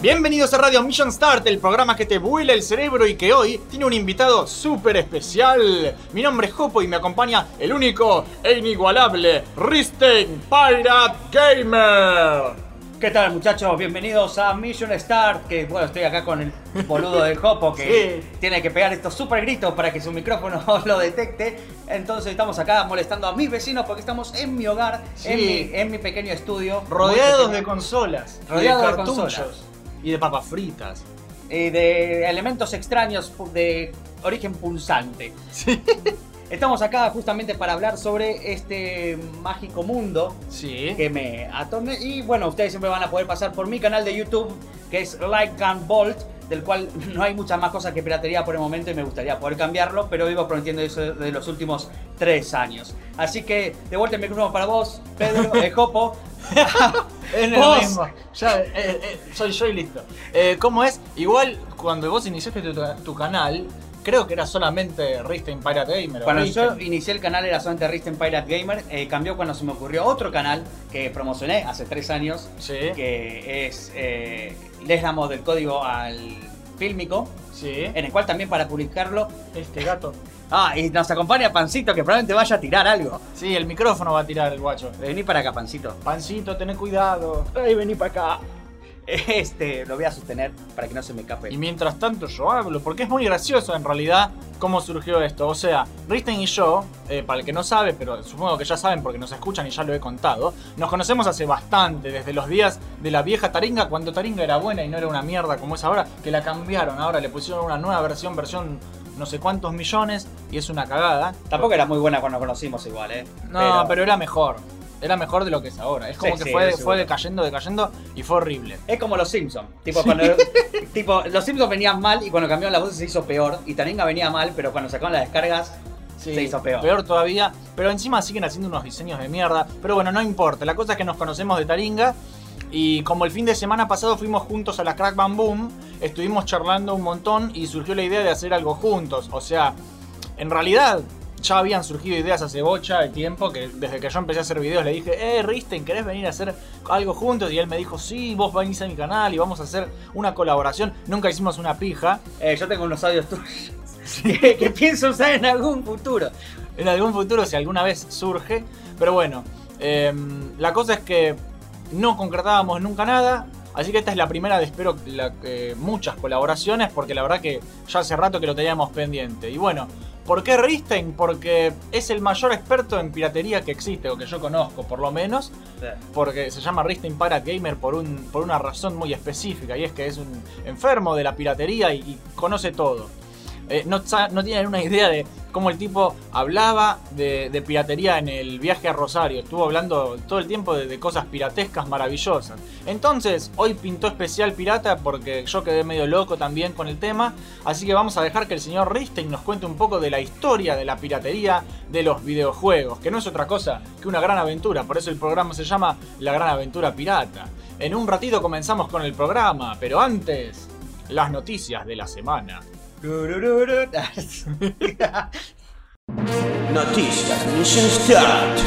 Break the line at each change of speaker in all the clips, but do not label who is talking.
Bienvenidos a Radio Mission Start, el programa que te vuela el cerebro y que hoy tiene un invitado súper especial. Mi nombre es Jopo y me acompaña el único e inigualable Risten Pirate Gamer.
¿Qué tal muchachos? Bienvenidos a Mission Start, que bueno, estoy acá con el boludo del Jopo que tiene que pegar estos super gritos para que su micrófono lo detecte. Entonces estamos acá molestando a mis vecinos porque estamos en mi hogar, en,
Sí.
mi, en mi pequeño estudio.
Rodeados
Muy
de
pequeño.
consolas, y
Rodeados de
de cartuchos
consolas.
y de papas fritas.
Y de elementos extraños de origen punzante.
Sí.
Estamos acá justamente para hablar sobre este mágico mundo
Sí.
que me atorne. Y bueno, ustedes siempre van a poder pasar por mi canal de YouTube, que es Like and Bolt, del cual no hay muchas más cosas que piratería por el momento y me gustaría poder cambiarlo, pero vivo prometiendo eso de los últimos tres años. Así que de vuelta el micrófono para vos, Pedro, el Jopo.
Es lo
Vos.
mismo. Ya, eh, eh, soy yo y listo. Eh, ¿Cómo es? Igual, cuando vos iniciaste tu, tu canal, creo que era solamente Risten Pirate Gamer. o
Cuando yo
Risten.
inicié el canal era solamente Risten Pirate Gamer, eh, cambió cuando se me ocurrió otro canal que promocioné hace tres años,
Sí.
que es eh, Les damos del código al fílmico,
Sí.
en el cual también para publicarlo
Este gato.
Ah, y nos acompaña Pancito, que probablemente vaya a tirar algo.
Sí, el micrófono va a tirar el guacho.
Vení para acá, Pancito.
Pancito, tené cuidado. Ay, vení para acá.
Este, lo voy a sostener para que no se me
Y
escape.
mientras tanto yo hablo, porque es muy gracioso en realidad cómo surgió esto. O sea, Risten y yo, eh, para el que no sabe, pero supongo que ya saben porque nos escuchan y ya lo he contado, nos conocemos hace bastante, desde los días de la vieja Taringa, cuando Taringa era buena y no era una mierda como es ahora, que la cambiaron, ahora le pusieron una nueva versión, versión no sé cuántos millones, y es una cagada.
Tampoco era muy buena cuando nos conocimos igual, ¿eh?
No, pero, era mejor. Era mejor de lo que es ahora. Es como
Sí,
que
sí,
fue,
seguro.
fue decayendo, decayendo y fue horrible.
Es como los Simpsons. Tipo, cuando- tipo, los Simpsons venían mal y cuando cambiaron la voz se hizo peor. Y Taringa venía mal, pero cuando sacaron las descargas...
Sí,
Se hizo peor.
todavía. Pero encima siguen haciendo unos diseños de mierda. Pero bueno, no importa. La cosa es que nos conocemos de Taringa. Y como el fin de semana pasado fuimos juntos a la Crack Bam Boom, estuvimos charlando un montón y surgió la idea de hacer algo juntos. O sea, en realidad ya habían surgido ideas hace bocha de tiempo que desde que yo empecé a hacer videos le dije, eh, Risten, ¿querés venir a hacer algo juntos? Y él me dijo, sí, vos venís a mi canal y vamos a hacer una colaboración. Nunca hicimos una pija.
eh, yo tengo unos audios tuyos que, que pienso usar en algún futuro.
en algún futuro si alguna vez surge. Pero bueno, eh, la cosa es que no concretábamos nunca nada. Así que esta es la primera de espero la- eh, muchas colaboraciones porque la verdad que ya hace rato que lo teníamos pendiente. Y bueno, ¿por qué Risten? Porque es el mayor experto en piratería que existe o que yo conozco por lo menos porque se llama Risting para Gamer por, un, por una razón muy específica, y es que es un enfermo de la piratería y, y conoce todo. Eh, no, sa- no tienen una idea de cómo el tipo hablaba de, de piratería en el viaje a Rosario. Estuvo hablando todo el tiempo de, de cosas piratescas maravillosas. Entonces, hoy pintó especial pirata porque yo quedé medio loco también con el tema. Así que vamos a dejar que el señor Risting nos cuente un poco de la historia de la piratería de los videojuegos, que no es otra cosa que una gran aventura. Por eso el programa se llama La Gran Aventura Pirata. En un ratito comenzamos con el programa, pero antes, las noticias de la semana.
Turururu.
Noticias Mission Start.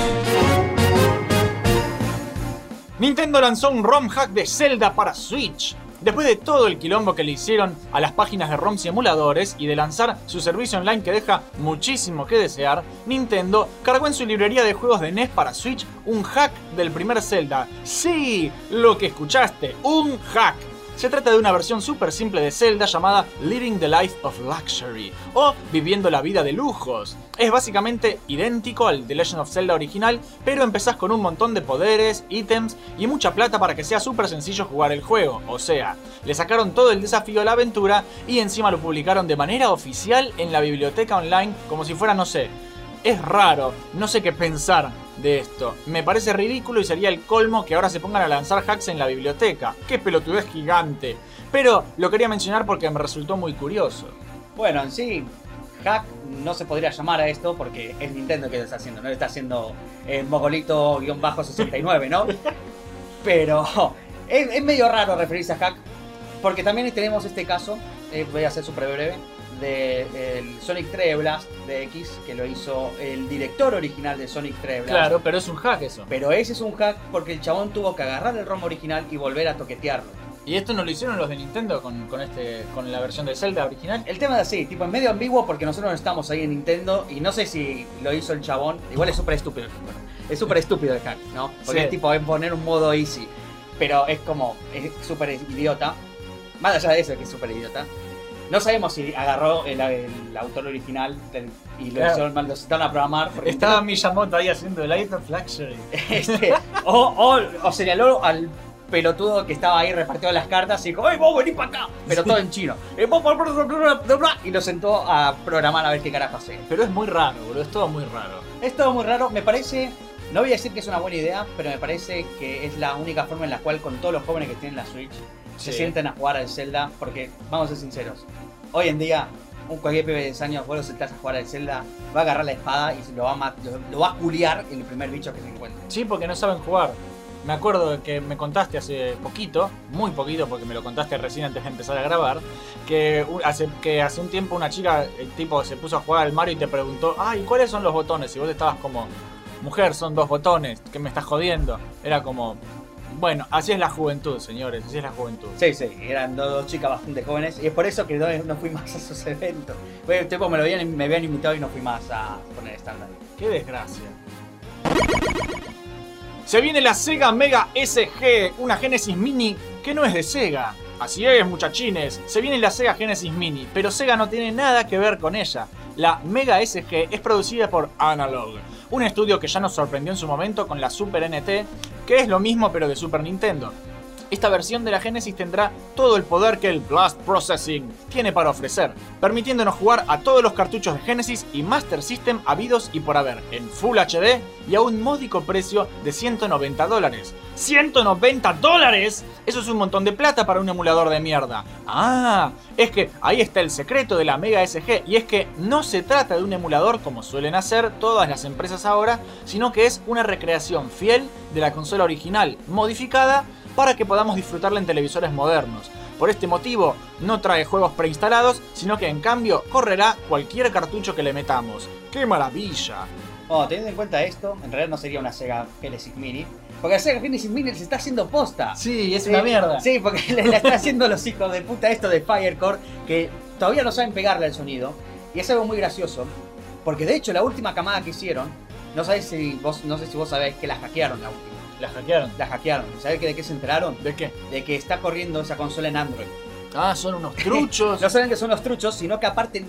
Nintendo lanzó un ROM hack de Zelda para Switch. Después de todo el quilombo que le hicieron a las páginas de ROMs y emuladores y de lanzar su servicio online que deja muchísimo que desear, Nintendo cargó en su librería de juegos de NES para Switch un hack del primer Zelda. Sí, lo que escuchaste, un hack. Se trata de una versión súper simple de Zelda llamada Living the Life of Luxury o Viviendo la vida de lujos. Es básicamente idéntico al The Legend of Zelda original, pero empezás con un montón de poderes, ítems y mucha plata para que sea súper sencillo jugar el juego. O sea, le sacaron todo el desafío a la aventura y encima lo publicaron de manera oficial en la biblioteca online como si fuera, no sé, es raro, no sé qué pensar de esto. Me parece ridículo y sería el colmo que ahora se pongan a lanzar hacks en la biblioteca. ¡Qué pelotudez gigante! Pero lo quería mencionar porque me resultó muy curioso.
Bueno, en sí, hack no se podría llamar a esto porque es Nintendo que lo está haciendo, no lo está haciendo eh, Mogolito-69, ¿no? Pero es, es medio raro referirse a hack porque también tenemos este caso, eh, voy a ser súper breve, de el Sonic 3 Blast de X que lo hizo el director original de Sonic 3 Blast.
Claro, pero es un hack eso.
Pero ese es un hack porque el chabón tuvo que agarrar el ROM original y volver a toquetearlo.
Y esto no lo hicieron los de Nintendo con, con este, con la versión de Zelda original.
El tema de así, tipo, es medio ambiguo porque nosotros no estamos ahí en Nintendo y no sé si lo hizo el chabón. Igual es súper estúpido. bueno, es súper estúpido el hack, ¿no? Porque
Sí.
es tipo, es poner un modo easy. Pero es como, es súper idiota. Más allá de eso, que es súper idiota. No sabemos si agarró el, el autor original del- y lo
Claro.
hicieron mal, lo citaron a programar. porque-
Estaba Miyamoto ahí haciendo el Light of Luxury.
Este, o, o- o señaló al pelotudo que estaba ahí repartiendo las cartas y dijo, ¡Ey, vos venís para acá! Pero todo en chino. "Eh, vos, bla, bla, bla, bla, bla, bla", Y lo sentó a programar a ver qué carajo hace.
Pero es muy raro, boludo. Es todo muy raro.
Es todo muy raro, me parece... No voy a decir que es una buena idea, pero me parece que es la única forma en la cual con todos los jóvenes que tienen la Switch se
Sí.
sienten a jugar al Zelda, porque vamos a ser sinceros, hoy en día un cualquier pibe de 10 años vos lo sentás a jugar al Zelda, va a agarrar la espada y se lo va a, mat- lo, lo va a culiar en el primer bicho que se encuentre.
Sí, porque no saben jugar. Me acuerdo que me contaste hace poquito, muy poquito, porque me lo contaste recién antes de empezar a grabar, que u- hace, que hace un tiempo una chica, el tipo, se puso a jugar al Mario y te preguntó, ay, ¿cuáles son los botones? Y vos estabas como, mujer, son dos botones, que me estás jodiendo. Era como, bueno, así es la juventud, señores, así es la juventud.
Sí, sí, eran dos, dos chicas bastante jóvenes y es por eso que no, no fui más a esos eventos. Fue, tipo, me, lo habían, me habían invitado y no fui más a poner estándar.
Qué desgracia. Se viene la Sega Mega SG, una Genesis Mini que no es de Sega. Así es, muchachines. Se viene la Sega Genesis Mini, pero Sega no tiene nada que ver con ella. La Mega SG es producida por Analog, un estudio que ya nos sorprendió en su momento con la Super NT, que es lo mismo pero de Super Nintendo. Esta versión de la Genesis tendrá todo el poder que el Blast Processing tiene para ofrecer, permitiéndonos jugar a todos los cartuchos de Genesis y Master System habidos y por haber en Full HD y a un módico precio de 190 dólares. ¡190 dólares! Eso es un montón de plata para un emulador de mierda. Ah, es que ahí está el secreto de la Mega SG y es que no se trata de un emulador como suelen hacer todas las empresas ahora, sino que es una recreación fiel de la consola original, modificada para que podamos disfrutarla en televisores modernos. Por este motivo, no trae juegos preinstalados, sino que en cambio correrá cualquier cartucho que le metamos. ¡Qué maravilla!
Bueno, teniendo en cuenta esto, en realidad no sería una Sega Genesis Mini, porque la Sega Genesis Mini se está haciendo posta.
Sí, es
Sí, Sí, porque le- la están haciendo los hijos de puta esto de Firecore, que todavía no saben pegarle al sonido. Y es algo muy gracioso, porque de hecho la última camada que hicieron, no sabés si vos, no sé si vos sabés que la hackearon la última.
La hackearon.
La hackearon. ¿Sabés que de qué se enteraron?
¿De qué?
De que está corriendo esa consola en Android.
Ah, son unos truchos.
No solamente son los truchos, sino que aparte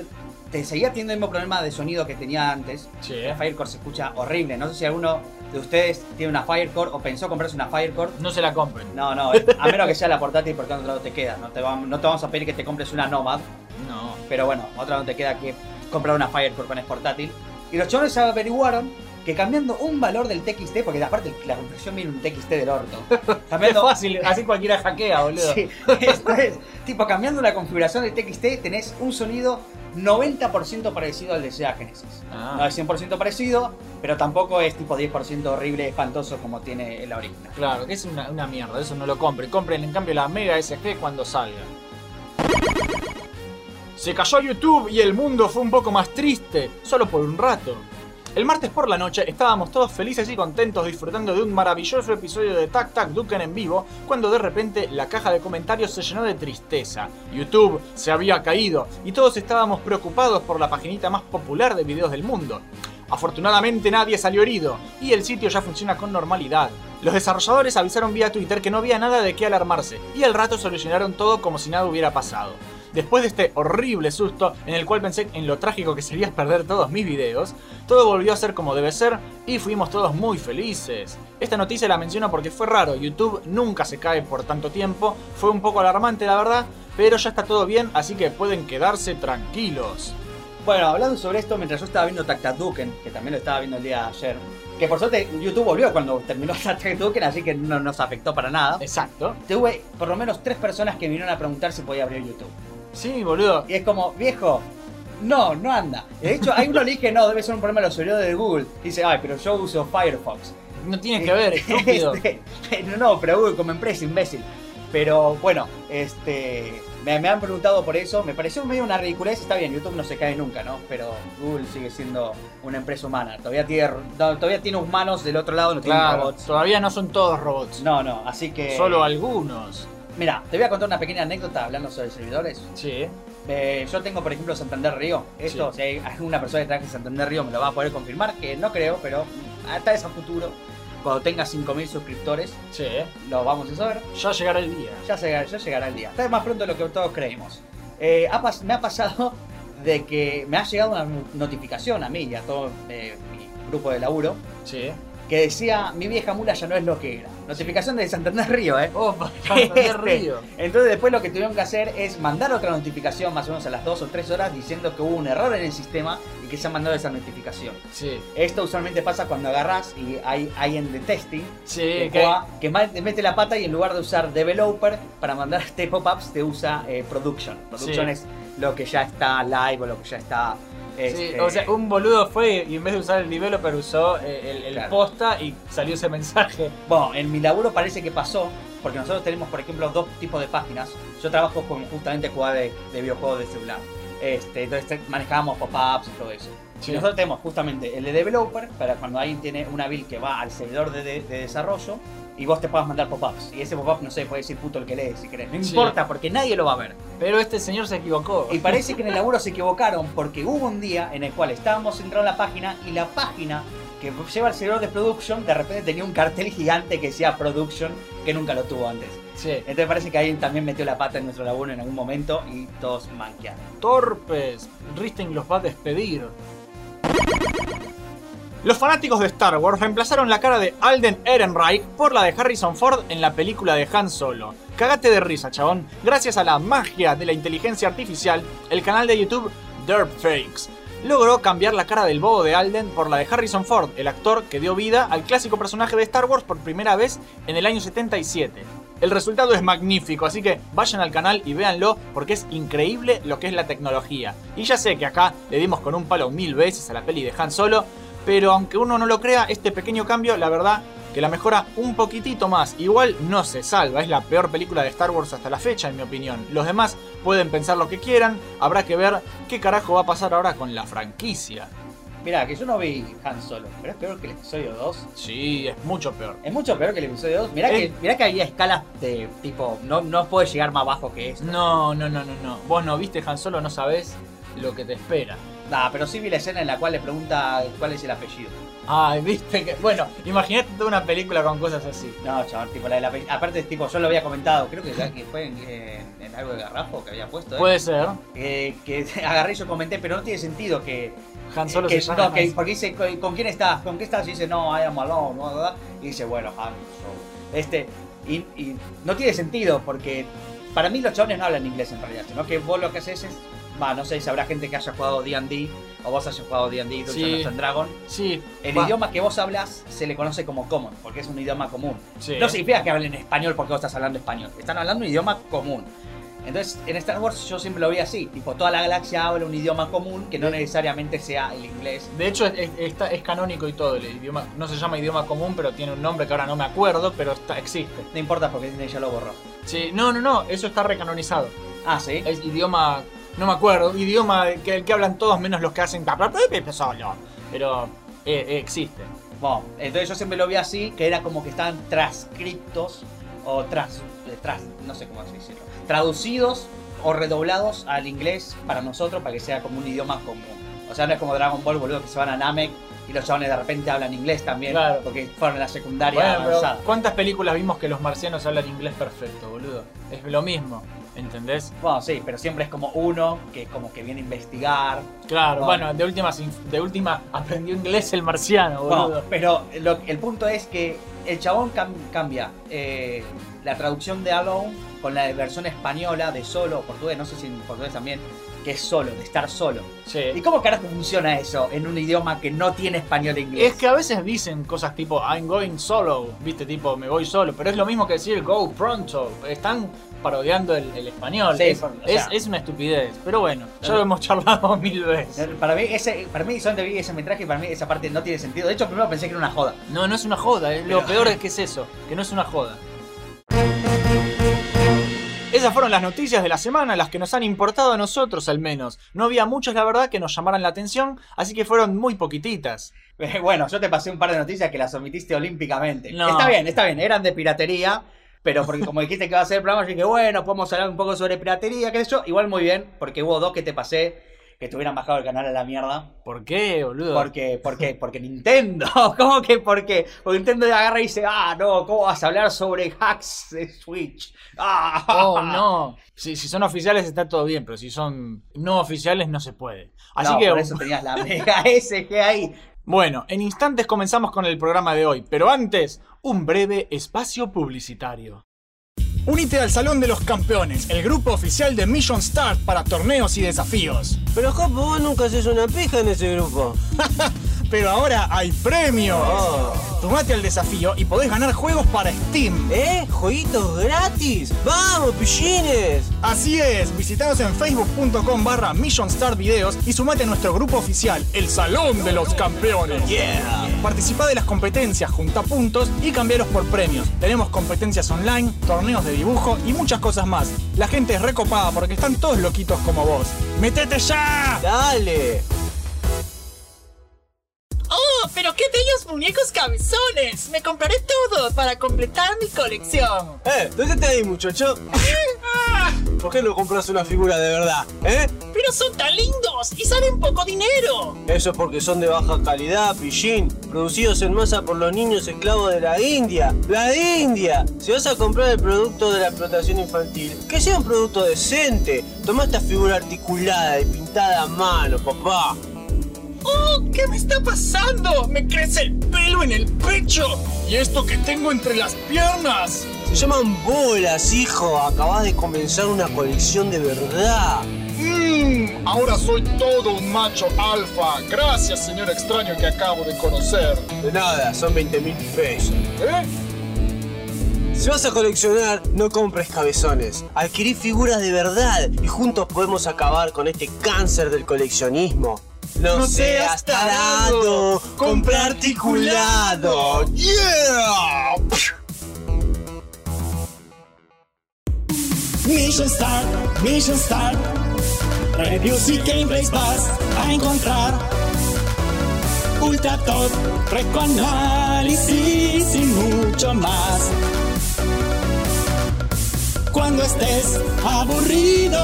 te seguía teniendo el mismo problema de sonido que tenía antes.
Che,
La Firecore se escucha horrible. No sé si alguno de ustedes tiene una Firecore o pensó comprarse una Firecore.
no se la compren.
No, no, eh, a menos que sea la portátil porque otro lado te queda. No te, vamos, no te vamos a pedir que te compres una Nomad,
No.
pero bueno, otra no te queda que comprar una Firecore con es portátil. Y los chavales averiguaron que cambiando un valor del TXT, porque aparte la compresión viene un TXT del orto.
Es
Cambiando,
fácil, así cualquiera hackea, boludo.
Sí, esto es, tipo, cambiando la configuración del TXT tenés un sonido 90% parecido al de Sega Genesis. No
Ah,
es 100% parecido, pero tampoco es tipo 10% horrible, espantoso como tiene la original.
claro, que es una, una mierda, eso no lo compren. Compren en cambio la Mega SG cuando salga. Se cayó YouTube y el mundo fue un poco más triste, solo por un rato. El martes por la noche estábamos todos felices y contentos disfrutando de un maravilloso episodio de Tac Tac Duken en vivo, cuando de repente la caja de comentarios se llenó de tristeza. YouTube se había caído y todos estábamos preocupados por la paginita más popular de videos del mundo. Afortunadamente nadie salió herido y el sitio ya funciona con normalidad. Los desarrolladores avisaron vía Twitter que no había nada de qué alarmarse y al rato solucionaron todo como si nada hubiera pasado. Después de este horrible susto, en el cual pensé en lo trágico que sería perder todos mis videos, todo volvió a ser como debe ser y fuimos todos muy felices. Esta noticia la menciono porque fue raro, YouTube nunca se cae por tanto tiempo, fue un poco alarmante la verdad, pero ya está todo bien, así que pueden quedarse tranquilos.
Bueno, hablando sobre esto, mientras yo estaba viendo Tactaduken, que también lo estaba viendo el día de ayer, que por suerte YouTube volvió cuando terminó Tactaduken, así que no nos afectó para nada.
Exacto.
Tuve por lo menos tres personas que vinieron a preguntar si podía abrir YouTube.
Sí, boludo.
Y es como, viejo, no, no anda. De hecho, hay uno le dije, no, debe ser un problema de los servidores de Google. Dice, ay, pero yo uso Firefox.
No tiene que ver, estúpido.
Eh, Este, no, no, pero Google como empresa, imbécil. Pero bueno, este, me, me han preguntado por eso. Me pareció medio una ridiculez. Está bien, YouTube no se cae nunca, ¿no? Pero Google sigue siendo una empresa humana. Todavía tiene, no, todavía tiene humanos del otro lado, no tiene
Claro,
robots.
todavía no son todos robots. Eh,
No, no, así que...
Solo algunos.
Mira, te voy a contar una pequeña anécdota hablando sobre servidores.
Sí.
Eh, yo tengo, por ejemplo, Santander Río. Esto,
Sí.
si hay alguna persona que traje Santander Río, me lo va a poder confirmar, que no creo, pero hasta es a futuro. Cuando tenga 5.000 suscriptores,
Sí.
lo vamos a saber.
Ya llegará el día.
Ya, se- ya llegará el día. Está más pronto de lo que todos creemos. Eh, ha pas- me ha pasado de que me ha llegado una notificación a mí y a todo eh, mi grupo de laburo
Sí.
que decía, mi vieja mula ya no es lo que era. Notificación de Santander Río, ¿eh?
Opa, Santander
Este.
Río.
Entonces después lo que tuvieron que hacer es mandar otra notificación más o menos a las 2 o 3 horas diciendo que hubo un error en el sistema y que se ha mandado esa notificación.
Sí.
Esto usualmente pasa cuando agarras y hay alguien de testing
Sí,
que,
que-
juega- que ma- mete la pata y en lugar de usar developer para mandar este pop-ups te usa eh, production. Production
Sí.
es lo que ya está live o lo que ya está...
sí,
este,
o sea, un boludo fue y en vez de usar el developer usó eh, el, el
Claro.
posta y salió ese mensaje.
Bueno, en mi laburo parece que pasó, porque nosotros tenemos, por ejemplo, dos tipos de páginas. Yo trabajo con justamente jugada de, de videojuegos de celular. Este, entonces te- manejamos pop-ups y todo eso.
Sí.
Y nosotros tenemos justamente el de developer, para cuando alguien tiene una build que va al servidor de, de- de desarrollo y vos te puedas mandar pop-ups. Y ese pop-up, no sé, puede decir puto el que lee si querés. No
Sí.
importa, porque nadie lo va a ver.
Pero este señor se equivocó.
Y parece que en el laburo se equivocaron porque hubo un día en el cual estábamos entrando a la página y la página que lleva el servidor de production de repente tenía un cartel gigante que decía production que nunca lo tuvo antes.
Sí.
Entonces parece que alguien también metió la pata en nuestro laburo en algún momento y todos manquearon.
torpes. Risting los va a despedir. Los fanáticos de Star Wars reemplazaron la cara de Alden Ehrenreich por la de Harrison Ford en la película de Han Solo. Cagate de risa, chabón. Gracias a la magia de la inteligencia artificial, el canal de YouTube Derpfakes logró cambiar la cara del bobo de Alden por la de Harrison Ford, el actor que dio vida al clásico personaje de Star Wars por primera vez en el año 77. El resultado es magnífico, así que vayan al canal y véanlo porque es increíble lo que es la tecnología. Y ya sé que acá le dimos con un palo mil veces a la peli de Han Solo, pero aunque uno no lo crea, este pequeño cambio, la verdad, que la mejora un poquitito más. Igual no se salva, es la peor película de Star Wars hasta la fecha, en mi opinión. Los demás pueden pensar lo que quieran, habrá que ver qué carajo va a pasar ahora con la franquicia.
Mirá, que yo no vi Han Solo, pero es peor que el episodio 2.
Sí, es mucho peor.
Es mucho peor que el episodio 2. Mirá,
Eh.
que, mirá que había escalas de tipo, no, no puede llegar más bajo que eso.
No, no, no, no, no. Vos no viste Han Solo, no sabés lo que te espera.
Nah, pero sí vi la escena en la cual le pregunta cuál es el apellido.
Ay, viste que. Bueno, imagínate toda una película con cosas así.
No, chaval, tipo, la de la peli- Aparte, tipo, yo lo había comentado, creo que, que fue en, eh, en- en algo de garrafo que había puesto, ¿eh?
Puede ser.
Eh, que agarré y yo comenté, pero no tiene sentido que.
Han Solo
que-
se llama.
no, que-
Han-
porque dice, ¿con, con quién estás? ¿Con qué estás? Y dice, no, I am alone, bla, bla, bla. Y dice, bueno, Han Solo. Este, y, y no tiene sentido, porque para mí los chavales no hablan inglés en realidad, sino que vos lo que haces es. Va, no sé si habrá gente que haya jugado DD o vos hayas jugado DD, Dungeons
Sí.
and Dragon.
Sí.
El
va,
idioma que vos hablas se le conoce como common, porque es un idioma común.
sí.
No significa que hablen español porque vos estás hablando español. Están hablando un idioma común. Entonces, en Star Wars yo siempre lo vi así. Tipo, toda la galaxia habla un idioma común que no necesariamente sea el inglés.
De hecho, es, es- está- es canónico y todo. El idioma no se llama idioma común, pero tiene un nombre que ahora no me acuerdo, pero está, existe.
No importa porque Disney ya lo borró.
Sí, no, no, no, eso está recanonizado.
Ah, ¿sí?
Es idioma, no me acuerdo, idioma que el que hablan todos menos los que hacen solo. Pero eh, eh, existe.
Bueno, entonces yo siempre lo vi así, que era como que estaban transcriptos o trans... eh, trans no sé cómo se dice. Traducidos o redoblados al inglés para nosotros para que sea como un idioma común. O sea, no es como Dragon Ball, boludo, que se van a Namek y los chavales de repente hablan inglés también
Claro.
porque fueron a la secundaria
Bueno, pero
avanzada.
¿Cuántas películas vimos que los marcianos hablan inglés perfecto, boludo? Es lo mismo, ¿entendés?
Bueno, sí, pero siempre es como uno que es como que viene a investigar.
Claro,
Bueno.
bueno, de última, se inf- de última aprendió inglés el marciano,
Bueno,
boludo.
pero lo- el punto es que el chabón cam- cambia eh, la traducción de Alone con la versión española de solo, o portugués, no sé si en portugués también, que es solo, de estar solo. ¿Y
Sí.
cómo carajo funciona eso en un idioma que no tiene español e inglés?
Es que a veces dicen cosas tipo I'm going solo, viste, tipo me voy solo, pero es lo mismo que decir go pronto. Están parodiando el, el español.
Sí,
es,
por- o
es-
sea-
es una estupidez, pero bueno, ya
Claro.
lo hemos charlado mil veces.
Para mí, ese, para mí solamente vi ese metraje y para mí esa parte no tiene sentido. De hecho, primero pensé que era una joda.
No, no es una joda. eh. Lo
Pero-
peor es que es eso, que no es una joda. Esas fueron las noticias de la semana, las que nos han importado a nosotros al menos. No había muchas, la verdad, que nos llamaran la atención, así que fueron muy poquititas.
Eh, Bueno, yo te pasé un par de noticias que las omitiste olímpicamente.
No.
Está bien, está bien, eran de piratería. Pero porque como dijiste que va a ser el programa, yo dije, bueno, podemos hablar un poco sobre piratería, qué sé yo. Igual muy bien, porque hubo dos que te pasé que te hubieran bajado el canal a la mierda.
¿Por qué, boludo?
Porque, porque, porque Nintendo. ¿Cómo que por qué? Porque Nintendo agarra y dice, ah, no, ¿cómo vas a hablar sobre hacks de Switch? Ah,
Oh, no. Si, si son oficiales está todo bien, pero si son no oficiales no se puede. Así
No,
que,
Por eso tenías la mega SG ahí.
bueno, en instantes comenzamos con el programa de hoy, pero antes, un breve espacio publicitario.
Unite al Salón de los Campeones, el grupo oficial de Mission Start para torneos y desafíos.
Pero Japo, vos nunca haces una pija en ese grupo.
Pero ahora hay premios.
Oh.
Tomate al desafío y podés ganar juegos para Steam.
¿Eh? ¿Jueguitos gratis? ¡Vamos, pillines!
Así es, visitanos en facebook.com barra Mission Start Videos y sumate a nuestro grupo oficial, el Salón de los Campeones.
Yeah.
Participá de las competencias, junta puntos y cambiaros por premios. Tenemos competencias online, torneos de dibujo y muchas cosas más. La gente es recopada porque están todos loquitos como vos. ¡Metete ya!
Dale.
¡Oh, pero qué bellos muñecos cabezones! Me compraré todo para completar mi colección.
Eh, ¿dónde te ahí, muchacho? ¿Por qué no compras una figura de verdad? ¿Eh?
¡Pero son tan lindos y salen poco dinero!
Eso es porque son de baja calidad, pillín. Producidos en masa por los niños esclavos de la India. ¡La India! Si vas a comprar el producto de la explotación infantil, que sea un producto decente. Toma esta figura articulada y pintada a mano, papá.
¡Oh, qué me está pasando! ¡Me crece el pelo en el pecho!
¿Y esto que tengo entre las piernas?
Se llaman bolas, hijo. Acabas de comenzar una colección de verdad.
Mmm, ahora soy todo un macho alfa. Gracias, señor extraño que acabo de conocer.
De nada, son 20 mil pesos.
¿Eh?
Si vas a coleccionar, no compres cabezones. Adquirí figuras de verdad y juntos podemos acabar con este cáncer del coleccionismo. No, seas tarado, compra articulado. ¡Yeah!
Mission Start, Mission Start. Reviews y gameplays vas a encontrar. Ultra Top, Recoanálisis y mucho más. Cuando estés aburrido,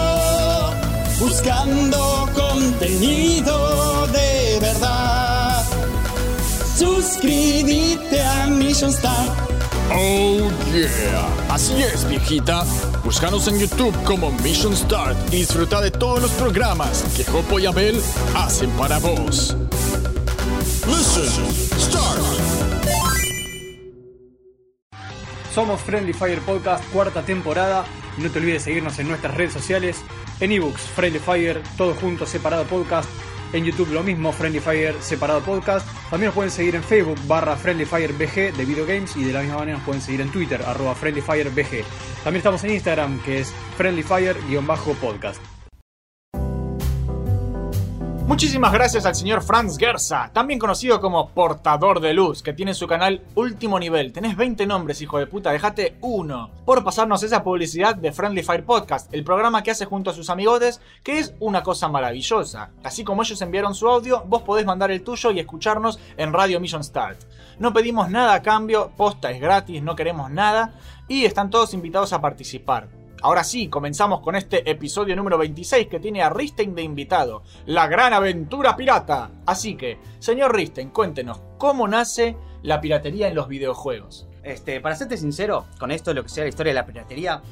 buscando contenido de verdad. Suscríbete a Mission Start.
Oh yeah. Así es, viejita. Búscanos en YouTube como Mission Start y disfruta de todos los programas que Jopo y Abel hacen para vos. Listen, start.
Somos Friendly Fire Podcast, cuarta temporada. No te olvides de seguirnos en nuestras redes sociales, en ebooks, Friendly Fire, todo junto, separado podcast. En YouTube lo mismo, Friendly Fire, separado podcast. También nos pueden seguir en Facebook, barra Friendly Fire BG de videogames. Y de la misma manera nos pueden seguir en Twitter, arroba Friendly Fire BG. También estamos en Instagram, que es Friendly Fire-podcast.
Muchísimas gracias al señor Franz Gerza, también conocido como Portador de Luz, que tiene su canal Último Nivel. Tenés 20 nombres, hijo de puta, dejate uno. Por pasarnos esa publicidad de Friendly Fire Podcast, el programa que hace junto a sus amigotes, que es una cosa maravillosa. Así como ellos enviaron su audio, vos podés mandar el tuyo y escucharnos en Radio Mission Start. No pedimos nada a cambio, posta es gratis, no queremos nada, y están todos invitados a participar. Ahora sí, comenzamos con este episodio número 26 que tiene a Risten de invitado, la gran aventura pirata. Así que, señor Risten, cuéntenos, ¿cómo nace la piratería en los videojuegos?
Este, para serte sincero, con esto, lo que sea la historia de la piratería,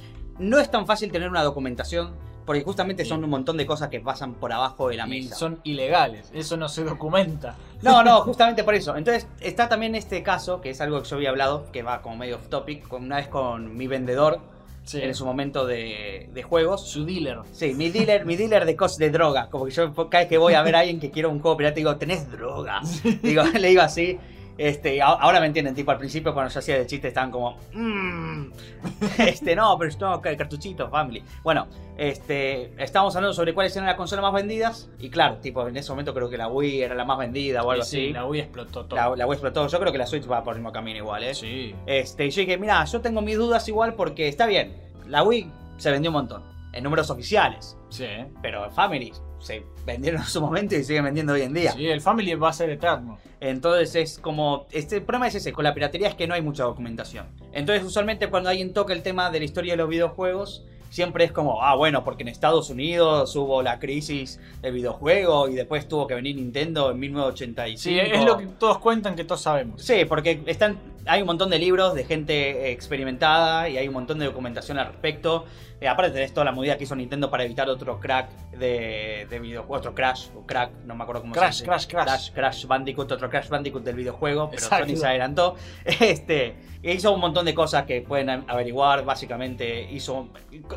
no es tan fácil tener una documentación, porque justamente son un montón de cosas que pasan por abajo de la
Y
mesa.
son ilegales, eso no se documenta.
No, no, justamente por eso. Entonces, está también este caso, que es algo que yo había hablado, que va como medio off topic, con- una vez con mi vendedor
Sí.
en su momento de, de juegos.
Su dealer.
Sí, mi dealer, mi dealer de cosas de droga. Como que yo cada vez que voy a ver a alguien que quiera un juego pirata, digo, tenés droga. Digo, le digo así. Este, a- ahora me entienden, tipo al principio cuando yo hacía el chiste estaban como, "Mm". este, no, pero yo tengo ca- cartuchitos, family. Bueno, este, estábamos hablando sobre cuáles eran las consolas más vendidas y claro, tipo en ese momento creo que la Wii era la más vendida o algo
Y sí,
así.
la Wii explotó todo.
La, la Wii explotó. Yo creo que la Switch va por el mismo camino igual, ¿eh?
Sí.
Este, y yo dije, mira, yo tengo mis dudas igual porque está bien, la Wii se vendió un montón, en números oficiales,
Sí. ¿eh?
pero en Families se vendieron en su momento y siguen vendiendo hoy en día.
Sí, el Family va a ser eterno.
Entonces es como. Este, el problema es ese, con la piratería es que no hay mucha documentación. Entonces, usualmente cuando alguien toca el tema de la historia de los videojuegos, siempre es como, ah, bueno, porque en Estados Unidos hubo la crisis del videojuego y después tuvo que venir Nintendo en 1985.
Sí, es lo que todos cuentan que todos sabemos.
Sí, porque están, hay un montón de libros de gente eh, experimentada y hay un montón de documentación al respecto. Eh, aparte de toda la movida que hizo Nintendo para evitar otro crack de, de videojuego, otro crash o crack, no me acuerdo cómo
Crash,
se dice.
crash, crash.
Crash, Crash Bandicoot, otro Crash Bandicoot del videojuego, pero
Exacto.
Sony se adelantó. Este, hizo un montón de cosas que pueden averiguar, básicamente hizo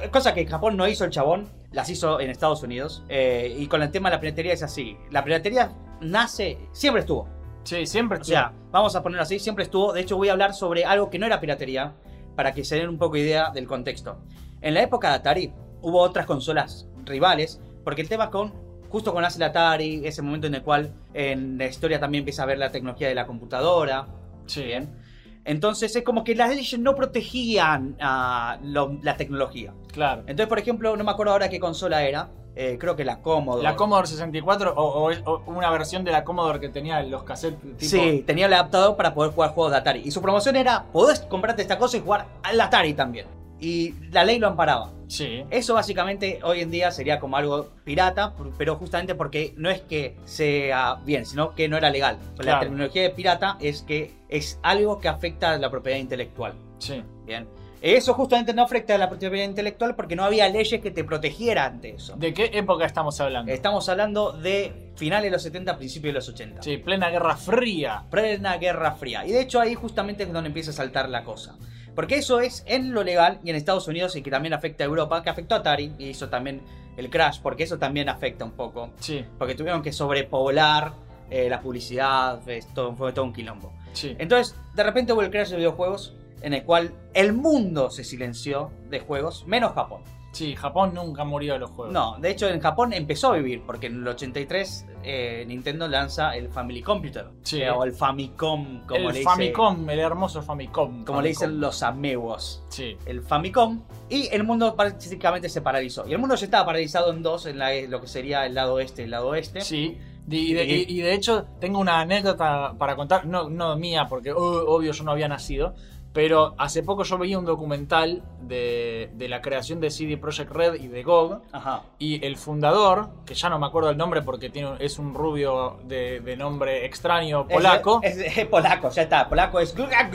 cosas que en Japón no hizo el chabón, las hizo en Estados Unidos. Eh, y con el tema de la piratería es así. La piratería nace, siempre estuvo.
Sí, siempre
O sea, vamos a ponerlo así, siempre estuvo. De hecho, voy a hablar sobre algo que no era piratería, para que se den un poco idea del contexto. En la época de Atari, hubo otras consolas rivales, porque el tema con, justo con hace el Atari, ese momento en el cual en la historia también empieza a ver la tecnología de la computadora.
Sí.
Bien. Entonces es como que las leyes no protegían a lo- la tecnología.
claro.
Entonces, por ejemplo, no me acuerdo ahora qué consola era. eh, creo que la Commodore.
La Commodore 64 o, o- o una versión de la Commodore que tenía los cassettes tipo.
Sí, tenía el adaptador para poder jugar juegos de Atari. Y su promoción era, podés comprarte esta cosa y jugar al Atari también. Y la ley lo amparaba.
Sí.
Eso básicamente hoy en día sería como algo pirata, pero justamente porque no es que sea bien, sino que no era legal. La
Claro.
terminología de pirata es que es algo que afecta a la propiedad intelectual.
Sí.
Bien. Eso justamente no afecta a la propiedad intelectual porque no había leyes que te protegieran de eso.
¿De qué época estamos hablando?
Estamos hablando de finales de los 70, principios de los 80
Sí, plena Guerra Fría.
plena Guerra Fría. Y de hecho ahí justamente es donde empieza a saltar la cosa. Porque eso es en lo legal y en Estados Unidos y que también afecta a Europa, que afectó a Atari y hizo también el crash, porque eso también afecta un poco.
Sí,
Porque tuvieron que sobrepoblar eh, la publicidad, es todo- fue todo un quilombo.
sí.
Entonces, de repente hubo el crash de videojuegos en el cual el mundo se silenció de juegos, menos Japón.
Sí, Japón nunca murió de los juegos.
No, de hecho en Japón empezó a vivir, porque en el 83 eh, Nintendo lanza el Family Computer,
Sí.
eh, o el Famicom, como le
el
dice-
Famicom, el hermoso Famicom.
como le dicen
Famicom.
los amebos,
Sí,
el Famicom, y el mundo prácticamente se paralizó. Y el mundo ya estaba paralizado en dos, en la- eh, lo que sería el lado este y el lado oeste.
sí. De- Y de,
Y-
y- y de hecho, tengo una anécdota para contar, no, no mía, porque uh, obvio yo no había nacido, pero hace poco yo veía un documental de, de la creación de CD Projekt Red y de GOG,
Ajá.
y el fundador, que ya no me acuerdo el nombre porque tiene, es un rubio de, de nombre extraño polaco,
Es, es- es polaco, ya está. Polaco es... Claro,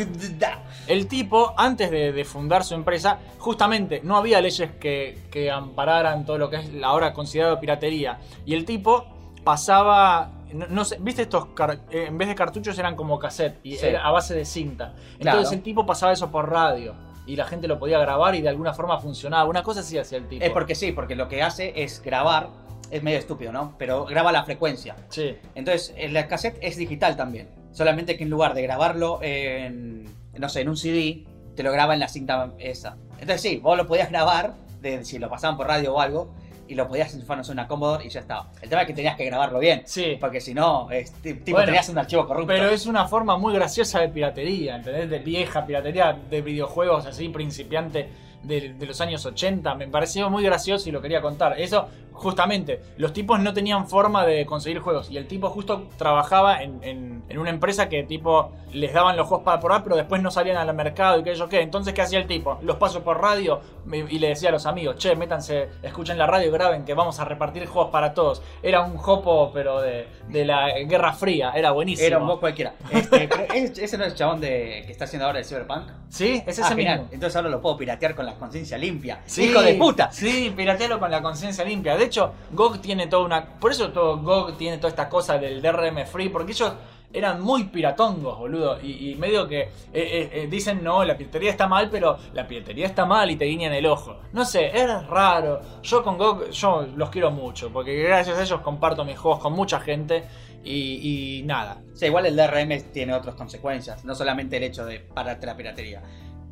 El tipo, antes de, de fundar su empresa, justamente no había leyes que, que ampararan todo lo que es la ahora considerado piratería. Y el tipo pasaba. No, no sé, ¿viste estos? car- eh, en vez de cartuchos eran como cassette y
Sí.
era a base de cinta. Entonces
Claro.
el tipo pasaba eso por radio y la gente lo podía grabar y de alguna forma funcionaba. Una cosa así hacía el tipo.
Es porque sí, porque lo que hace es grabar, es medio estúpido, ¿no? Pero graba la frecuencia.
Sí,
Entonces, el cassette es digital también. Solamente que en lugar de grabarlo en, no sé, en un CD, te lo graba en la cinta esa. Entonces sí, vos lo podías grabar, de, si lo pasaban por radio o algo, y lo podías enchufar no sé, en una Commodore y ya estaba. El tema es que tenías que grabarlo bien.
sí.
Porque si no, es ti- tipo,
Bueno,
tenías un archivo corrupto.
Pero es una forma muy graciosa de piratería, ¿entendés? De vieja piratería, de videojuegos así, principiante de, de los años 80. Me pareció muy gracioso y lo quería contar. Eso, justamente, los tipos no tenían forma de conseguir juegos. Y el tipo justo trabajaba en, en- en una empresa que, tipo, les daban los juegos para probar, pero después no salían al mercado y qué sé yo qué. Entonces, ¿qué hacía el tipo? Los paso por radio y y le decía a los amigos, che, métanse, escuchen la radio y graben que vamos a repartir juegos para todos. Era un jopo, pero de, de la Guerra Fría. Era buenísimo.
Era un vos cualquiera. Este, pero es- ese no es el chabón de, que está haciendo ahora el Cyberpunk.
Sí, es
Ah,
ese
genial.
mismo.
Entonces ahora lo puedo piratear con la conciencia limpia.
Sí,
¡Hijo de puta!
Sí, piratealo con la conciencia limpia. De hecho, GOG tiene toda una. Por eso todo GOG tiene toda esta cosa del DRM free, porque ellos eran muy piratongos, boludo. Y, y medio que eh, eh, eh, dicen, no, la piratería está mal, pero la piratería está mal y te guiñan el ojo. No sé, es raro. Yo con GOG, yo los quiero mucho, porque gracias a ellos comparto mis juegos con mucha gente y, y nada.
Sí, igual el DRM tiene otras consecuencias, no solamente el hecho de pararte la piratería.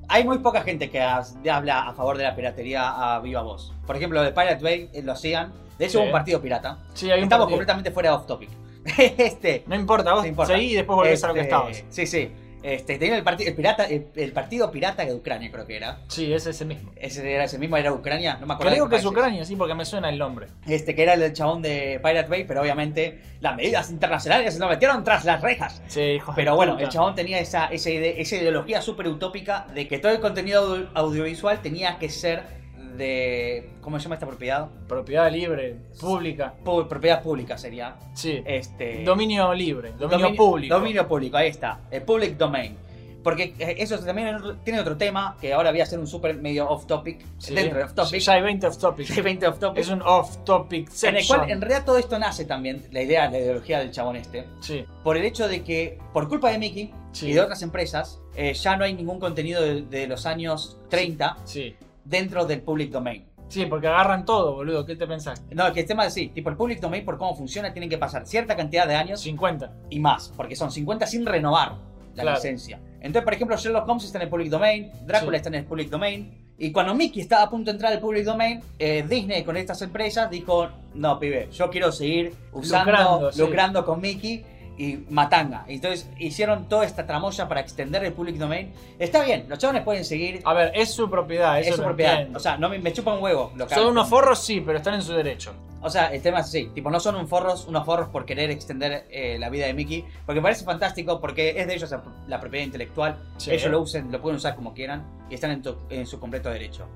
Hay muy poca gente que has- de- habla a favor de la piratería a viva voz. Por ejemplo, de Pirate Bay eh, lo hacían. De hecho,
Sí.
hubo un partido pirata.
Sí, hay un
Estamos
partido.
completamente fuera de off topic. este,
No importa, vos
no importa.
seguí y después volvés a lo que
Este,
estabas.
Sí, sí. Este, tenía el, parti- el, pirata, el, el partido pirata de Ucrania, creo que era.
Sí, es ese mismo.
Ese era ese mismo, era Ucrania, no me acuerdo.
Creo que
de qué
es
país
Ucrania, sí, porque me suena el nombre.
Este, que era el chabón de Pirate Bay, pero obviamente las medidas internacionales se lo metieron tras las rejas.
Sí, hijo de
Pero bueno,
puta.
el chabón tenía esa, esa, ide- esa ideología súper utópica de que todo el contenido audio- audiovisual tenía que ser de. ¿Cómo se llama esta propiedad?
Propiedad libre, pública.
Pu- propiedad pública sería.
Sí.
Este,
dominio libre, dominio,
dominio-
público.
Dominio público, ahí está. El public domain. Porque eh, eso también era otro- tiene otro tema que ahora voy a hacer un súper medio off topic.
Sí.
Dentro de off topic.
Ya hay 20 off topic.
20 off topic.
es un off topic
en el
section.
cual en realidad todo esto nace también, la idea, la ideología del chabón este,
Sí.
por el hecho de que, por culpa de Mickey
Sí.
y de otras empresas, eh, ya no hay ningún contenido de, de los años 30
Sí.
dentro del public domain.
Sí, porque agarran todo, boludo. ¿Qué te pensás?
No, que el tema es sí, tipo el public domain por cómo funciona tienen que pasar cierta cantidad de años
50.
y más, porque son 50 sin renovar la
Claro.
licencia. Entonces, por ejemplo, Sherlock Holmes está en el public domain, Drácula
Sí.
está en el public domain, y cuando Mickey estaba a punto de entrar al public domain, eh, Disney con estas empresas dijo, no, pibe, yo quiero seguir usando, lucrando,
Lucrando, sí.
con Mickey y matanga. Entonces hicieron toda esta tramoya para extender el public domain. Está bien, los chavales pueden seguir,
A ver, es su propiedad, Ah, eso
es su
lo
propiedad.
entiendo.
O sea, no me, me chupa un huevo. Lo que
Son
hagan.
unos forros, sí, pero están en su derecho.
O sea, el tema es así, tipo, no son un forros, unos forros por querer extender eh, la vida de Mickey, porque me parece fantástico, porque es de ellos la, la propiedad intelectual,
Sí.
ellos lo usen, lo pueden usar como quieran y están en, tu- en su completo derecho.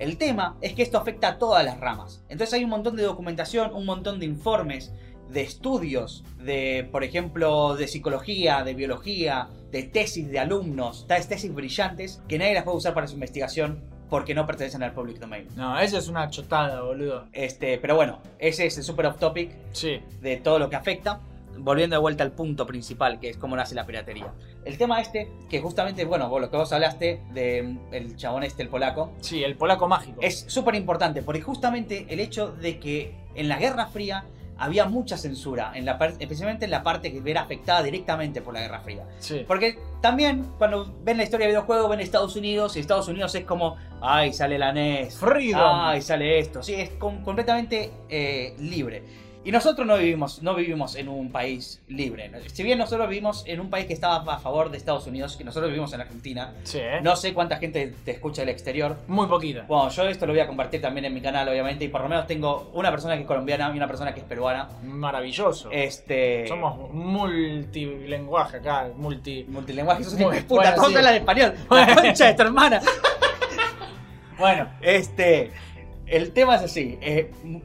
El tema es que esto afecta a todas las ramas, entonces hay un montón de documentación, un montón de informes, de estudios, de, por ejemplo, de psicología, de biología, de tesis de alumnos, tales tesis brillantes que nadie las puede usar para su investigación porque no pertenecen al public domain.
No, eso es una chotada, boludo.
Este, pero bueno, ese es el super off topic
Sí.
de todo lo que afecta. Volviendo de vuelta al punto principal, que es cómo nace la piratería. El tema este, que justamente, bueno, vos lo que vos hablaste del el chabón este, el polaco,
Sí, el polaco mágico.
es súper importante, porque justamente el hecho de que en la Guerra Fría había mucha censura, en la par- especialmente en la parte que era afectada directamente por la Guerra Fría.
Sí.
Porque también, cuando ven la historia de videojuegos, ven Estados Unidos, y Estados Unidos es como, ay, sale la NES,
Freedom.
Ah, y sale esto. Sí, es com- completamente eh, libre. Y nosotros no vivimos, no vivimos en un país libre. Si bien nosotros vivimos en un país que estaba a favor de Estados Unidos, que nosotros vivimos en Argentina,
Sí, ¿eh?
no sé cuánta gente te escucha del exterior.
Muy poquita.
Bueno, yo esto lo voy a compartir también en mi canal, obviamente, y por lo menos tengo una persona que es colombiana y una persona que es peruana.
Maravilloso.
Este...
Somos multilenguaje acá, multi.
Multilenguaje, sos
Muy-
hijo de puta,
bueno,
¿cómo
sí.
te hablas de español? La concha de tu hermana.
Bueno,
Este... El tema es así, eh, mu-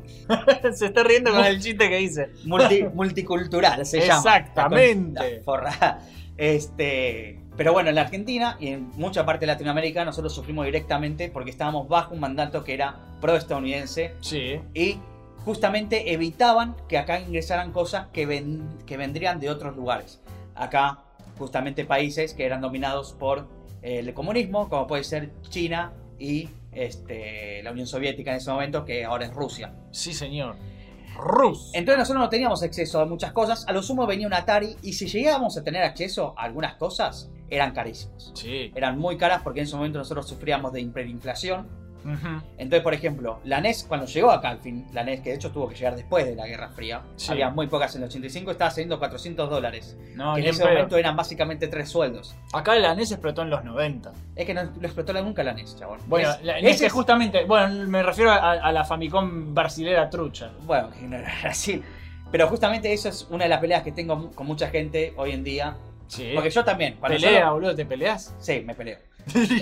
se está riendo con el chiste que hice.
multi- multicultural se llama.
Exactamente.
La forra. Este, pero bueno, en la Argentina y en mucha parte de Latinoamérica nosotros sufrimos directamente porque estábamos bajo un mandato que era pro-estadounidense
Sí.
y justamente evitaban que acá ingresaran cosas que, ven- que vendrían de otros lugares. Acá, justamente países que eran dominados por eh, el comunismo, como puede ser China y este, la Unión Soviética en ese momento, que ahora es Rusia.
Sí, señor. Rus.
Entonces nosotros no teníamos acceso a muchas cosas, a lo sumo venía un Atari y si llegábamos a tener acceso a algunas cosas, eran carísimas.
Sí.
Eran muy caras porque en ese momento nosotros sufríamos de hiperinflación.
Ujú.
Entonces, por ejemplo, la NES cuando llegó acá al fin, la NES que de hecho tuvo que llegar después de la Guerra Fría,
Sí.
había muy pocas en el 85, estaba saliendo 400 dólares.
No,
que
ni en
en ese
pedo.
momento eran básicamente tres sueldos.
Acá la NES explotó en los 90.
Es que no, no explotó la- nunca la NES, chabón.
Bueno,
Es-
la E NES
ese
es justamente. Bueno, me refiero a, a la Famicom brasilera trucha.
bueno, que no era Brasil. Pero justamente eso es una de las peleas que tengo mu- con mucha gente hoy en día.
Sí.
Porque yo también, cuando yo
Pelea,
lo-
boludo, ¿te peleas?
Sí, me peleo.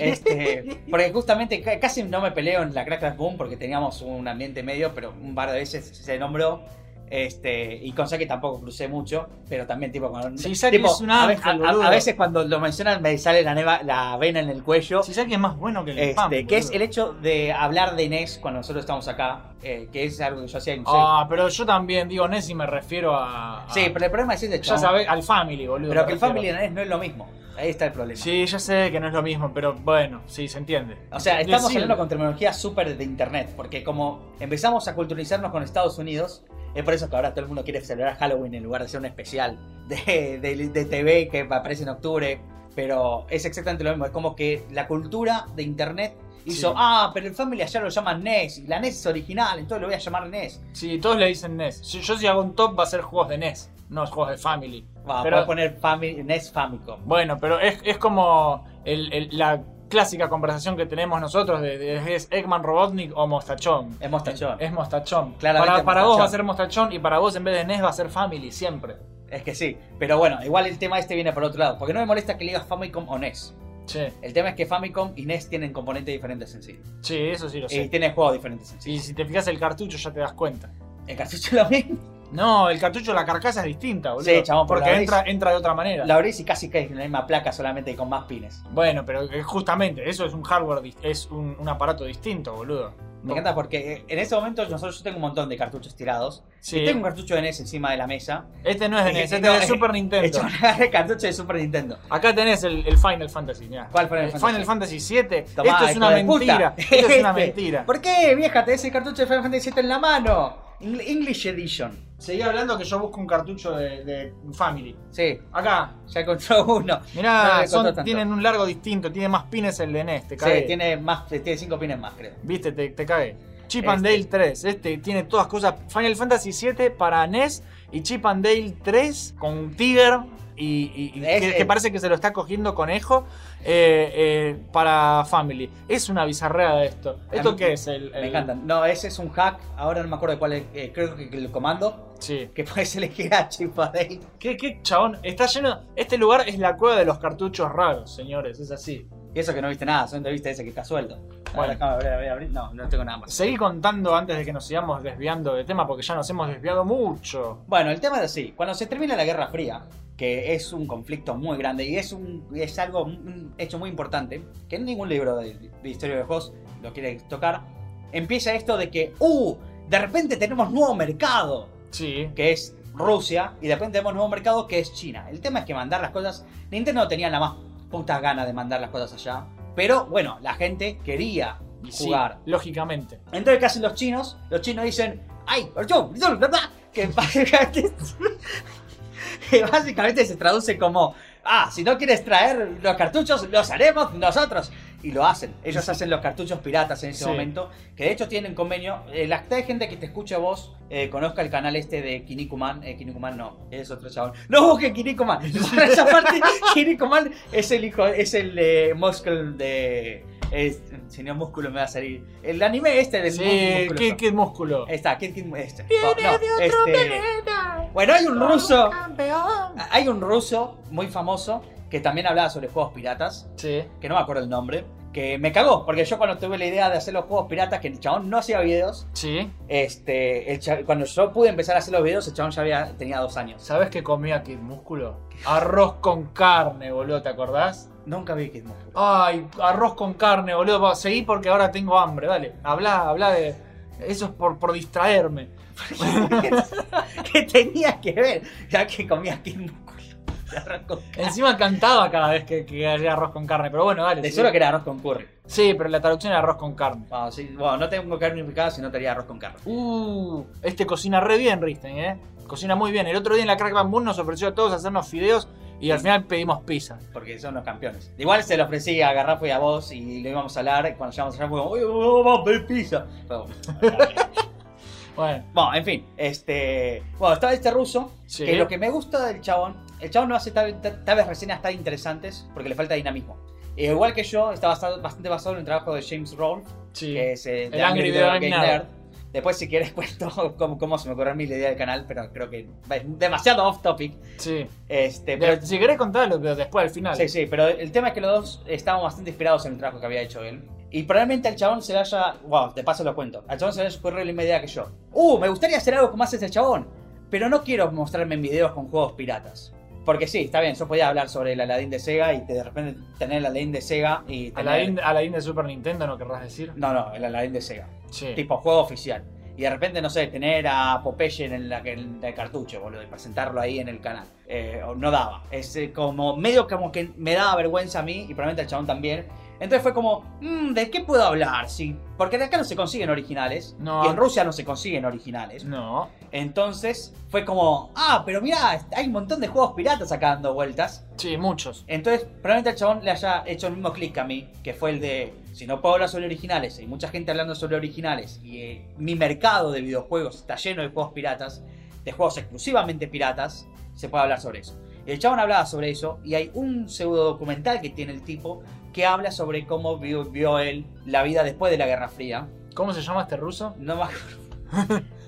Este, porque justamente ca- casi no me peleo en la Crack Boom porque teníamos un ambiente medio, pero un par de veces se nombró. Este, y con Saki tampoco crucé mucho, pero también tipo cuando.
Sí, Saki
tipo,
es un ángel,
a, a- a
boludo.
veces cuando lo mencionan me sale la, neva- la vena en el cuello.
Si sabes que es más bueno que el
este,
spam,
que
boludo.
es el hecho de hablar de NES cuando nosotros estamos acá, eh, que es algo que yo hacía en
Ah, pero yo también digo NES y me refiero a. a-
Sí, pero el problema es ese
Ya
chabón.
sabes, al Family, boludo.
Pero
me
que el
refiero.
Family NES no es lo mismo. Ahí está el problema.
Sí, ya sé que no es lo mismo, pero bueno, sí, se entiende.
O sea, estamos
Decime.
hablando con terminología súper de internet, porque como empezamos a culturizarnos con Estados Unidos, es por eso que ahora todo el mundo quiere celebrar Halloween en lugar de ser un especial de, de- de TV que aparece en octubre. Pero es exactamente lo mismo. Es como que la cultura de internet hizo, ah, pero el Family allá lo llaman NES. Y la NES es original, entonces lo voy a llamar NES.
Sí, todos le dicen NES. Si- yo si hago un top va a ser juegos de NES, no juegos de Family.
Va,
Pero-
voy a poner Fami- NES Famicom.
Bueno, pero es, es como el- el- la clásica conversación que tenemos nosotros de, de- es Eggman Robotnik o Mostachón.
Es mostachón.
Es Mostachón.
Claramente
para para vos
mostachón.
va a ser Mostachón y para vos en vez de NES va a ser Family siempre.
Es que sí. Pero bueno, igual el tema este viene por otro lado. Porque no me molesta que le digas Famicom o NES.
Che,
El tema es que Famicom y NES tienen componentes diferentes en sí.
che, eso sí lo
Y
sé.
tienen juegos diferentes en sí.
Y si te fijas el cartucho ya te das cuenta.
El cartucho lo mismo.
No, el cartucho, la carcasa es distinta, boludo.
Sí, chabón, pero
porque
la
entra, entra de otra manera.
La abrís y casi caes en la misma placa, solamente con más pines.
Bueno, pero eh, justamente, eso es un hardware, dis- es un, un aparato distinto, boludo.
Me encanta porque eh, en ese momento nosotros, yo tengo un montón de cartuchos tirados.
Sí.
Y tengo un cartucho de NES encima de la mesa.
Este no es de NES, este
No,
es de
eh,
Super Nintendo.
Hecho un cartucho de Super Nintendo.
Acá tenés el, el Final Fantasy, mirá.
¿Cuál Final
El
Fantasy?
Final Fantasy 7.
Tomá,
Esto es
hijo
una
de puta.
mentira. Esto es una
Este.
mentira.
¿Por qué, vieja? Te ese cartucho de Final Fantasy VII en la mano. Eng- English Edition.
Seguí hablando que yo busco un cartucho de, de Family.
Sí,
Acá.
ya encontró uno. No le
Mirá,
encontró
son-
tanto.
tienen un largo distinto, tiene más pines el de NES, te
Sí,
cagué.
tiene, más, tiene cinco pines más, creo.
Viste, te, te cagué. Chip
Este.
and Dale 3, este tiene todas cosas. Final Fantasy 7 para NES y Chip and Dale 3 con Tiger y, y- y
Es-
que, que parece que se lo está cogiendo conejo eh, eh, para Family. Es una bizarreada esto.
mí-
¿Esto qué es? El, el-
Me encantan. No, ese es un hack. Ahora no me acuerdo de cuál es. eh, creo que el comando.
Sí.
Que puedes elegir a Chip and Dale.
¿Qué, qué chabón? Está lleno. Este lugar es la cueva de los cartuchos raros, señores. Es así.
Y eso que no viste nada, solamente viste ese que está suelto.
Bueno.
Bueno, acá, a ver, a ver, a ver. No, no tengo nada más.
Seguí contando antes de que nos sigamos desviando de tema porque ya nos hemos desviado mucho.
Bueno, el tema es así. Cuando se termina la Guerra Fría, que es un conflicto muy grande y es, un, es algo, un hecho muy importante, que ningún libro de, de historia de juegos lo quiere tocar, empieza esto de que, ¡uh! De repente tenemos nuevo mercado,
Sí.
que es Rusia, y de repente tenemos nuevo mercado, que es China. El tema es que mandar las cosas... Nintendo no tenía la más puta gana de mandar las cosas allá, pero bueno, la gente quería
Y sí,
jugar.
lógicamente.
Entonces, ¿qué hacen los chinos? Los chinos dicen, ¡ay! yo, yo, bla, bla", Que básicamente, que básicamente se traduce como, ah, si no quieres traer los cartuchos, los haremos nosotros. Y lo hacen. Ellos hacen los cartuchos piratas en ese
Sí.
momento, que de hecho tienen convenio. Eh, la cantidad de gente que te escucha a vos eh, conozca el canal este de Kinikuman. Eh, Kinikuman no, es otro chabón. No busquen Kinikuman. Por esa parte, Kinikuman es el hijo, es el eh, Muscle de. es- si no, músculo me va a salir. El anime este del
Sí,
Muscle.
¿qué, qué músculo?
Está, Kid Kid- este. No, no, este. Bueno, hay un ruso. Ah, Hay un ruso muy famoso que también hablaba sobre juegos piratas,
Sí.
que no me acuerdo el nombre, que me cagó, porque yo cuando tuve la idea de hacer los juegos piratas, que el chabón no hacía videos,
Sí.
este, el cha- cuando yo pude empezar a hacer los videos, el chabón ya había, tenía dos años.
¿Sabes qué comía Kid Músculo? Arroz con carne, boludo, ¿te acordás?
Nunca vi Kid Moon.
Ay, arroz con carne, boludo. Va, Seguí porque ahora tengo hambre, dale. Habla, habla de. Eso es por, por distraerme.
¿Qué tenía que ver? Ya que comía Kid Moon. De arroz con carne.
Encima cantaba cada vez que, que hacía arroz con carne, pero bueno, dale.
Te
seguí.
juro que era arroz con curry.
Sí, pero la traducción era arroz con carne.
Bueno, sí, bueno, no tengo carne picada, sino tenía arroz con carne.
Uh, este cocina re bien, Risten, ¿eh? Cocina muy bien. El otro día en la Crack Bamboo nos ofreció a todos hacernos fideos y al final pedimos pizza.
Porque son los campeones. Igual se lo ofrecí a Garrafo y a vos y lo íbamos a hablar. y Cuando llegamos allá fue como, "Oye, vamos a pedir pizza. Pero,
Bueno,
bueno, en fin. Este, bueno, estaba este ruso.
Sí.
Que lo que me gusta del chabón, el chabón no hace tal, tal- tal vez reseñas tan interesantes porque le falta dinamismo. Eh, igual que yo, está basado- bastante basado en el trabajo de James Rolfe,
sí.
que es eh, de
El Angry Video Game Nerd.
Después, si quieres, cuento cómo, cómo se me ocurrió a mí la idea del canal, pero creo que es demasiado off topic.
Sí.
Este, pero
Pero si querés contarlo, pero después al final.
Sí, sí, pero el tema es que los dos estábamos bastante inspirados en el trabajo que había hecho él. Y probablemente al chabón se le haya. Wow, de paso lo cuento. Al chabón se le haya ocurrido la misma idea que yo. Uh, me gustaría hacer algo como hace ese chabón. Pero no quiero mostrarme en videos con juegos piratas. Porque sí, está bien, yo podía hablar sobre el Aladdin de Sega y de repente tener el Aladdin de Sega y tener.
Aladdin, Aladdin de Super Nintendo, ¿no querrás decir?
No, no, el Aladdin de Sega.
Sí.
Tipo juego oficial. Y de repente, no sé, tener a Popeye en, la, en el cartucho, boludo, y presentarlo ahí en el canal. Eh, no daba. Es eh, como medio como que me daba vergüenza a mí y probablemente al chabón también. Entonces fue como, mm, ¿de qué puedo hablar? Sí, porque de acá no se consiguen originales.
No.
Y en Rusia no se consiguen originales.
No.
Entonces fue como, ah, pero mirá, hay un montón de juegos piratas acá dando vueltas.
Sí, muchos.
Entonces, probablemente el chabón le haya hecho el mismo clic que a mí, que fue el de, si no puedo hablar sobre originales, hay mucha gente hablando sobre originales, y eh, mi mercado de videojuegos está lleno de juegos piratas, de juegos exclusivamente piratas, se puede hablar sobre eso. Y el chabón hablaba sobre eso, y hay un pseudo documental que tiene el tipo que habla sobre cómo vio, vio él la vida después de la Guerra Fría.
¿Cómo se llama este ruso?
No me acuerdo.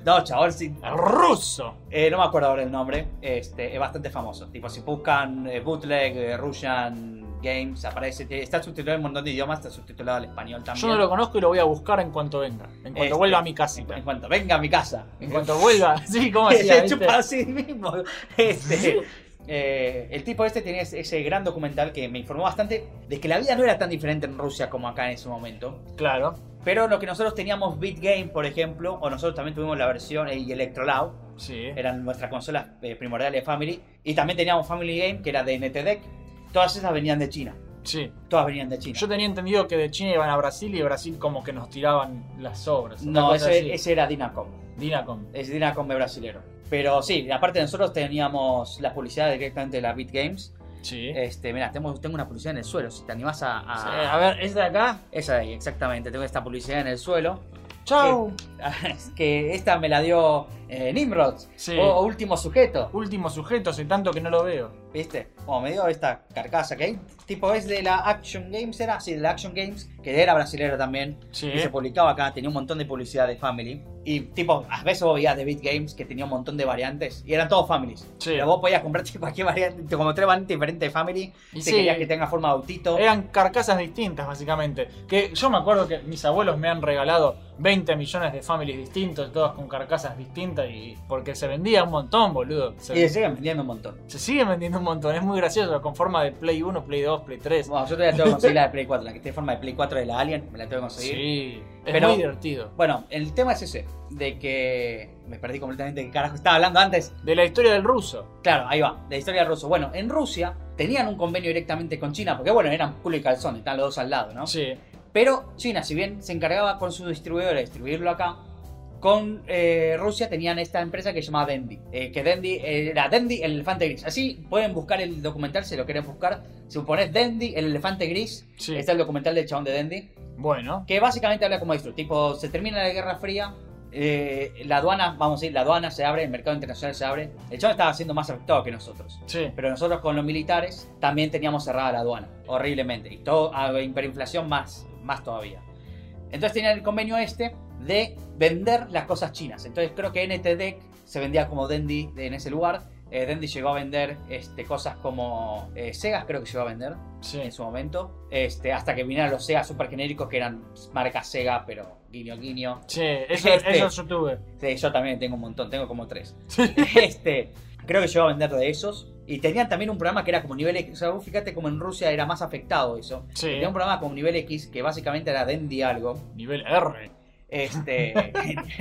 No, chabón, sí,
¡Ruso!
eh, no me acuerdo ahora el nombre. Este, es bastante famoso. Tipo, si buscan eh, bootleg, eh, Russian Games, aparece. Te- Está subtitulado en un montón de idiomas, está subtitulado al español también.
Yo no lo conozco y lo voy a buscar en cuanto venga. En cuanto
Este,
vuelva a mi
En
casita.
cuanto venga a mi casa.
En cuanto vuelva. Sí, ¿cómo decía?
se chupa a sí mismo. Este, eh, el tipo este tenía ese- ese gran documental que me informó bastante de que la vida no era tan diferente en Rusia como acá en ese momento.
Claro.
Pero lo que nosotros teníamos Beat Game, por ejemplo, o nosotros también tuvimos la versión eh, y Electrolaw,
Sí.
eran nuestras consolas eh, primordiales de Family. Y también teníamos Family Game, que era de NTDEC. E Todas esas venían de China.
Sí.
Todas venían de China.
Yo tenía entendido que de China iban a Brasil y Brasil como que nos tiraban las obras. una
no,
cosa
ese,
así.
ese era Dinacom.
Dinacom.
Es Dinacom de brasilero. Pero sí, aparte nosotros teníamos la publicidad directamente de la Beat Games.
Sí.
Este, mira, tengo, tengo una publicidad en el suelo. Si te animás a. a-
Sí, a ver, ¿es de acá?
Esa de ahí, exactamente. Tengo esta publicidad en el suelo.
¡Chau!
Es que esta me la dio eh, Nimrod.
Sí.
O, o último sujeto.
Último sujeto, hace tanto que no lo veo.
¿Viste? Como me dio esta carcasa que hay. Tipo, es de la Action Games, era así, de la Action Games, que era brasilera también.
Sí.
Y se publicaba acá, tenía un montón de publicidad de Family. Y tipo, a veces vos veías de Beat Games que tenía un montón de variantes. Y eran todos Families.
Sí.
Pero vos podías comprarte cualquier variante, como tres variantes diferentes de Family.
Y
si
sí.
querías que tenga forma de autito.
Eran carcasas distintas, básicamente. Que yo me acuerdo que mis abuelos me han regalado 20 millones de families distintos, todas con carcasas distintas, y porque se vendía un montón, boludo. Se,
Y se siguen vendiendo un montón.
se sigue vendiendo un montón, es muy gracioso, con forma de Play 1, Play 2, Play 3.
Bueno, yo todavía tengo que conseguir la de Play 4, la que tiene forma de Play 4 de la Alien, me la tengo que conseguir.
Sí, es
Pero-
muy divertido.
Bueno, el tema es ese, de que me perdí completamente de qué carajo estaba hablando antes.
De la historia del ruso.
Claro, ahí va, la historia del ruso. Bueno, en Rusia tenían un convenio directamente con China, porque bueno, eran culo y calzón, están los dos al lado, ¿no?
Sí,
Pero China, si bien se encargaba con sus distribuidores de distribuirlo acá, con eh, Rusia tenían esta empresa que se llamaba Dendy. eh, que Dendy eh, era Dendy el elefante gris. Así pueden buscar el documental si lo quieren buscar. Si pones Dendy el elefante gris,
Sí.
está el documental del chabón de Dendy.
bueno.
Que básicamente habla como esto, tipo, se termina la Guerra Fría, eh, la aduana, vamos a decir, la aduana se abre, el mercado internacional se abre. El chabón estaba siendo más afectado que nosotros.
Sí,
Pero nosotros con los militares también teníamos cerrada la aduana, horriblemente. Y todo, a hiperinflación más, más todavía. Entonces tenían el convenio este de vender las cosas chinas. Entonces creo que NTDEC se vendía como Dendy en ese lugar. Eh, Dendy llegó a vender este, cosas como eh, Segas, creo que llegó a vender
sí.
en su momento. Este, hasta que vinieron los Sega super genéricos que eran marca Sega, pero guiño guiño.
Sí, eso,
Este.
eso yo tuve.
Sí, yo también tengo un montón, tengo como tres. Este, creo que yo iba a vender de esos. Y tenían también un programa que era como nivel X. O sea, vos fíjate como en Rusia era más afectado eso.
Sí.
Tenía un programa como nivel X que básicamente era Dendy algo.
Nivel R.
Este,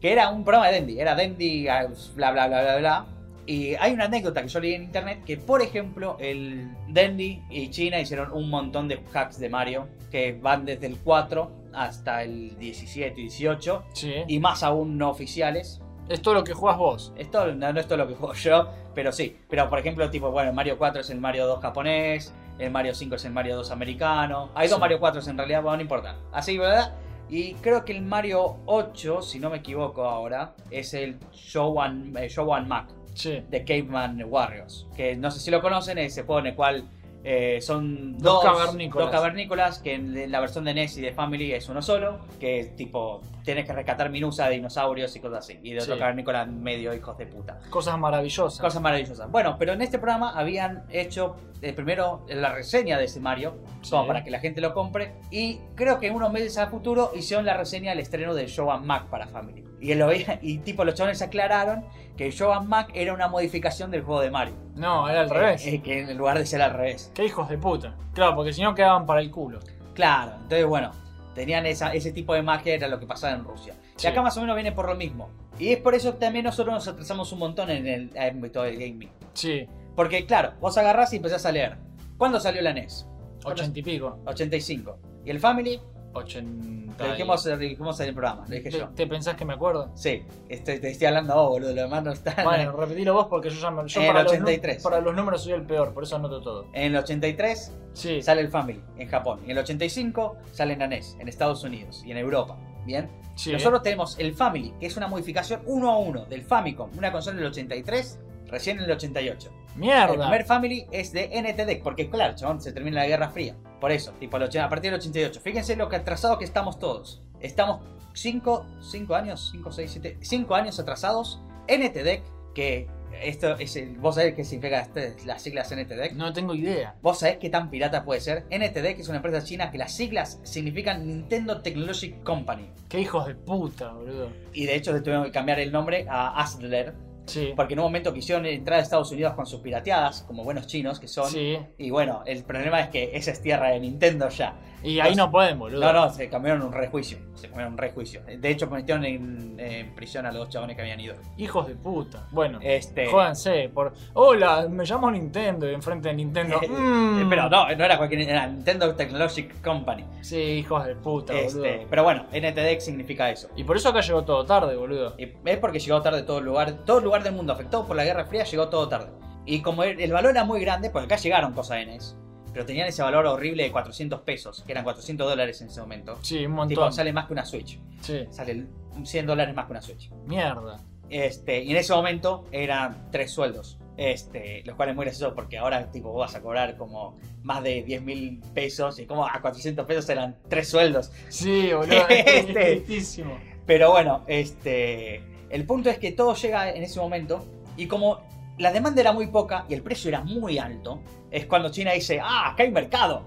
que era un programa de Dendy. Era Dendy ah, bla bla bla bla bla. Y hay una anécdota que yo leí en internet que, por ejemplo, el Dendy y China hicieron un montón de hacks de Mario que van desde el 4 hasta el 17 y 18
Sí.
y más aún no oficiales.
Es todo lo que jugás vos.
Esto no, no es todo lo que juego yo, pero sí. Pero por ejemplo, tipo, bueno, el Mario 4 es el Mario 2 japonés, el Mario 5 es el Mario 2 americano. Hay dos
Sí.
Mario 4 en realidad, bueno, no importa. Así, ¿verdad? Y creo que el Mario 8, si no me equivoco ahora, es el Show and, eh, Show and Mac
Sí.
de Caveman Warriors. Que no sé si lo conocen, es ese juego en el cual eh, son
Dos
dos,
cavernícolas.
dos cavernícolas, que en la versión de NES y de Family es uno solo, que es tipo, tienes que rescatar minusa, dinosaurios y cosas así. Y de otro
Sí.
cavernícola medio hijos de puta.
Cosas maravillosas.
Cosas maravillosas. Bueno, pero en este programa habían hecho eh, primero la reseña de ese Mario,
Sí.
como para que la gente lo compre. Y creo que unos meses a futuro hicieron la reseña del estreno de Show and Mac para Family. Y, lo, veía- y tipo los chavales aclararon que Show and Mac era una modificación del juego de Mario.
No, era al revés.
Eh, que en lugar de ser al revés.
Qué hijos de puta. Claro, porque si no quedaban para el culo.
Claro, entonces bueno, tenían esa- ese tipo de magia, era lo que pasaba en Rusia.
Sí.
Y acá más o menos viene por lo mismo. Y es por eso que también nosotros nos atrasamos un montón en el ámbito del gaming.
Sí.
Porque claro, vos agarrás y empezás a leer. ¿Cuándo salió la NES?
80 y pico.
85. ¿Y el Family?
80.
Lo
y-
dijimos, lo dijimos en el programa, lo dije
¿Te,
yo.
te pensás que me acuerdo?
Sí, estoy, te estoy hablando a vos, boludo, lo demás no está.
Bueno, repetilo vos porque yo ya me. Yo
El
para, los nu-
83.
para los números soy el peor, por eso anoto todo.
En el 83
Sí.
sale el Family en Japón. En el 85 sale Nanés en Estados Unidos y en Europa. Bien.
sí.
Nosotros tenemos el Family, que es una modificación uno a uno del Famicom, una consola del 83, recién en el 88. El
Mierda.
primer Family es de NTD, porque claro, chabón, se termina la Guerra Fría. Por eso, tipo, el och- a partir del 88. Fíjense lo que atrasados que estamos todos. Estamos 5 cinco años, 5, 6, 7, 5 años atrasados. NTD, que esto es el. ¿Vos sabés qué significa este- las siglas NTD?
No tengo idea.
¿Vos sabés qué tan pirata puede ser? NTD, que es una empresa china que las siglas significan Nintendo Technology Company.
Qué hijos de puta, boludo.
Y de hecho tuvieron que cambiar el nombre a Asdler,
Sí.
porque en un momento quisieron entrar a Estados Unidos con sus pirateadas, como buenos chinos que son.
Sí.
Y bueno, el problema es que esa es tierra de Nintendo ya.
Y ahí
Los-
no pueden, boludo.
No, no, se cambiaron un rejuicio. Se cambiaron un rejuicio. De hecho, metieron en, en prisión a los dos chabones que habían ido.
Hijos de puta. Bueno.
Este.
Jódanse, por. Hola, me llamo Nintendo y enfrente de Nintendo. mm.
eh, Pero no, no era cualquier. Era Nintendo Technology Company.
Sí, hijos de puta,
Este,
boludo.
pero bueno, NTDX significa eso.
Y por eso acá llegó todo tarde, boludo.
Y Es porque llegó tarde todo lugar, todo lugar del mundo afectado por la Guerra Fría llegó todo tarde. Y como el, el valor era muy grande, porque acá llegaron cosas en NES, pero tenían ese valor horrible de 400 pesos, que eran 400 dólares en ese momento.
Sí, un
Tipo,
montón.
sale más que una Switch,
Sí,
sale 100 dólares más que una Switch.
mierda.
Este, y en ese momento eran tres sueldos. Este, los cuales es muy gracioso porque ahora tipo vos vas a cobrar como más de 10 mil pesos y como a 400 pesos eran tres sueldos.
Sí, boludo.
Este.
es tristísimo.
Pero bueno, este, el punto es que todo llega en ese momento y como la demanda era muy poca y el precio era muy alto, es cuando China dice, ah, acá hay mercado.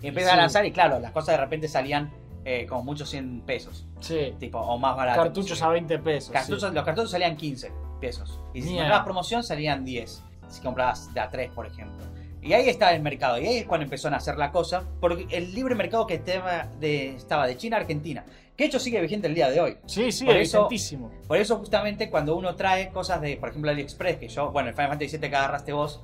Y empieza a
Sí.
lanzar y claro, las cosas de repente salían eh, como muchos 100 pesos,
Sí.
tipo, o más barato.
Cartuchos a 20 pesos. sí.
Cartuchos- Los cartuchos salían 15 pesos. Y si
Mierda.
comprabas promoción salían 10. Si comprabas de a 3, por ejemplo. Y ahí estaba el mercado. Y ahí es cuando empezó a hacer la cosa. Porque el libre mercado que estaba de, estaba de China a Argentina. Que de hecho sigue vigente el día de hoy.
Sí, sí,
Por
es
eso-
vigentísimo.
Por eso justamente cuando uno trae cosas de, por ejemplo, AliExpress, que yo, bueno, el Final Fantasy VII que agarraste vos,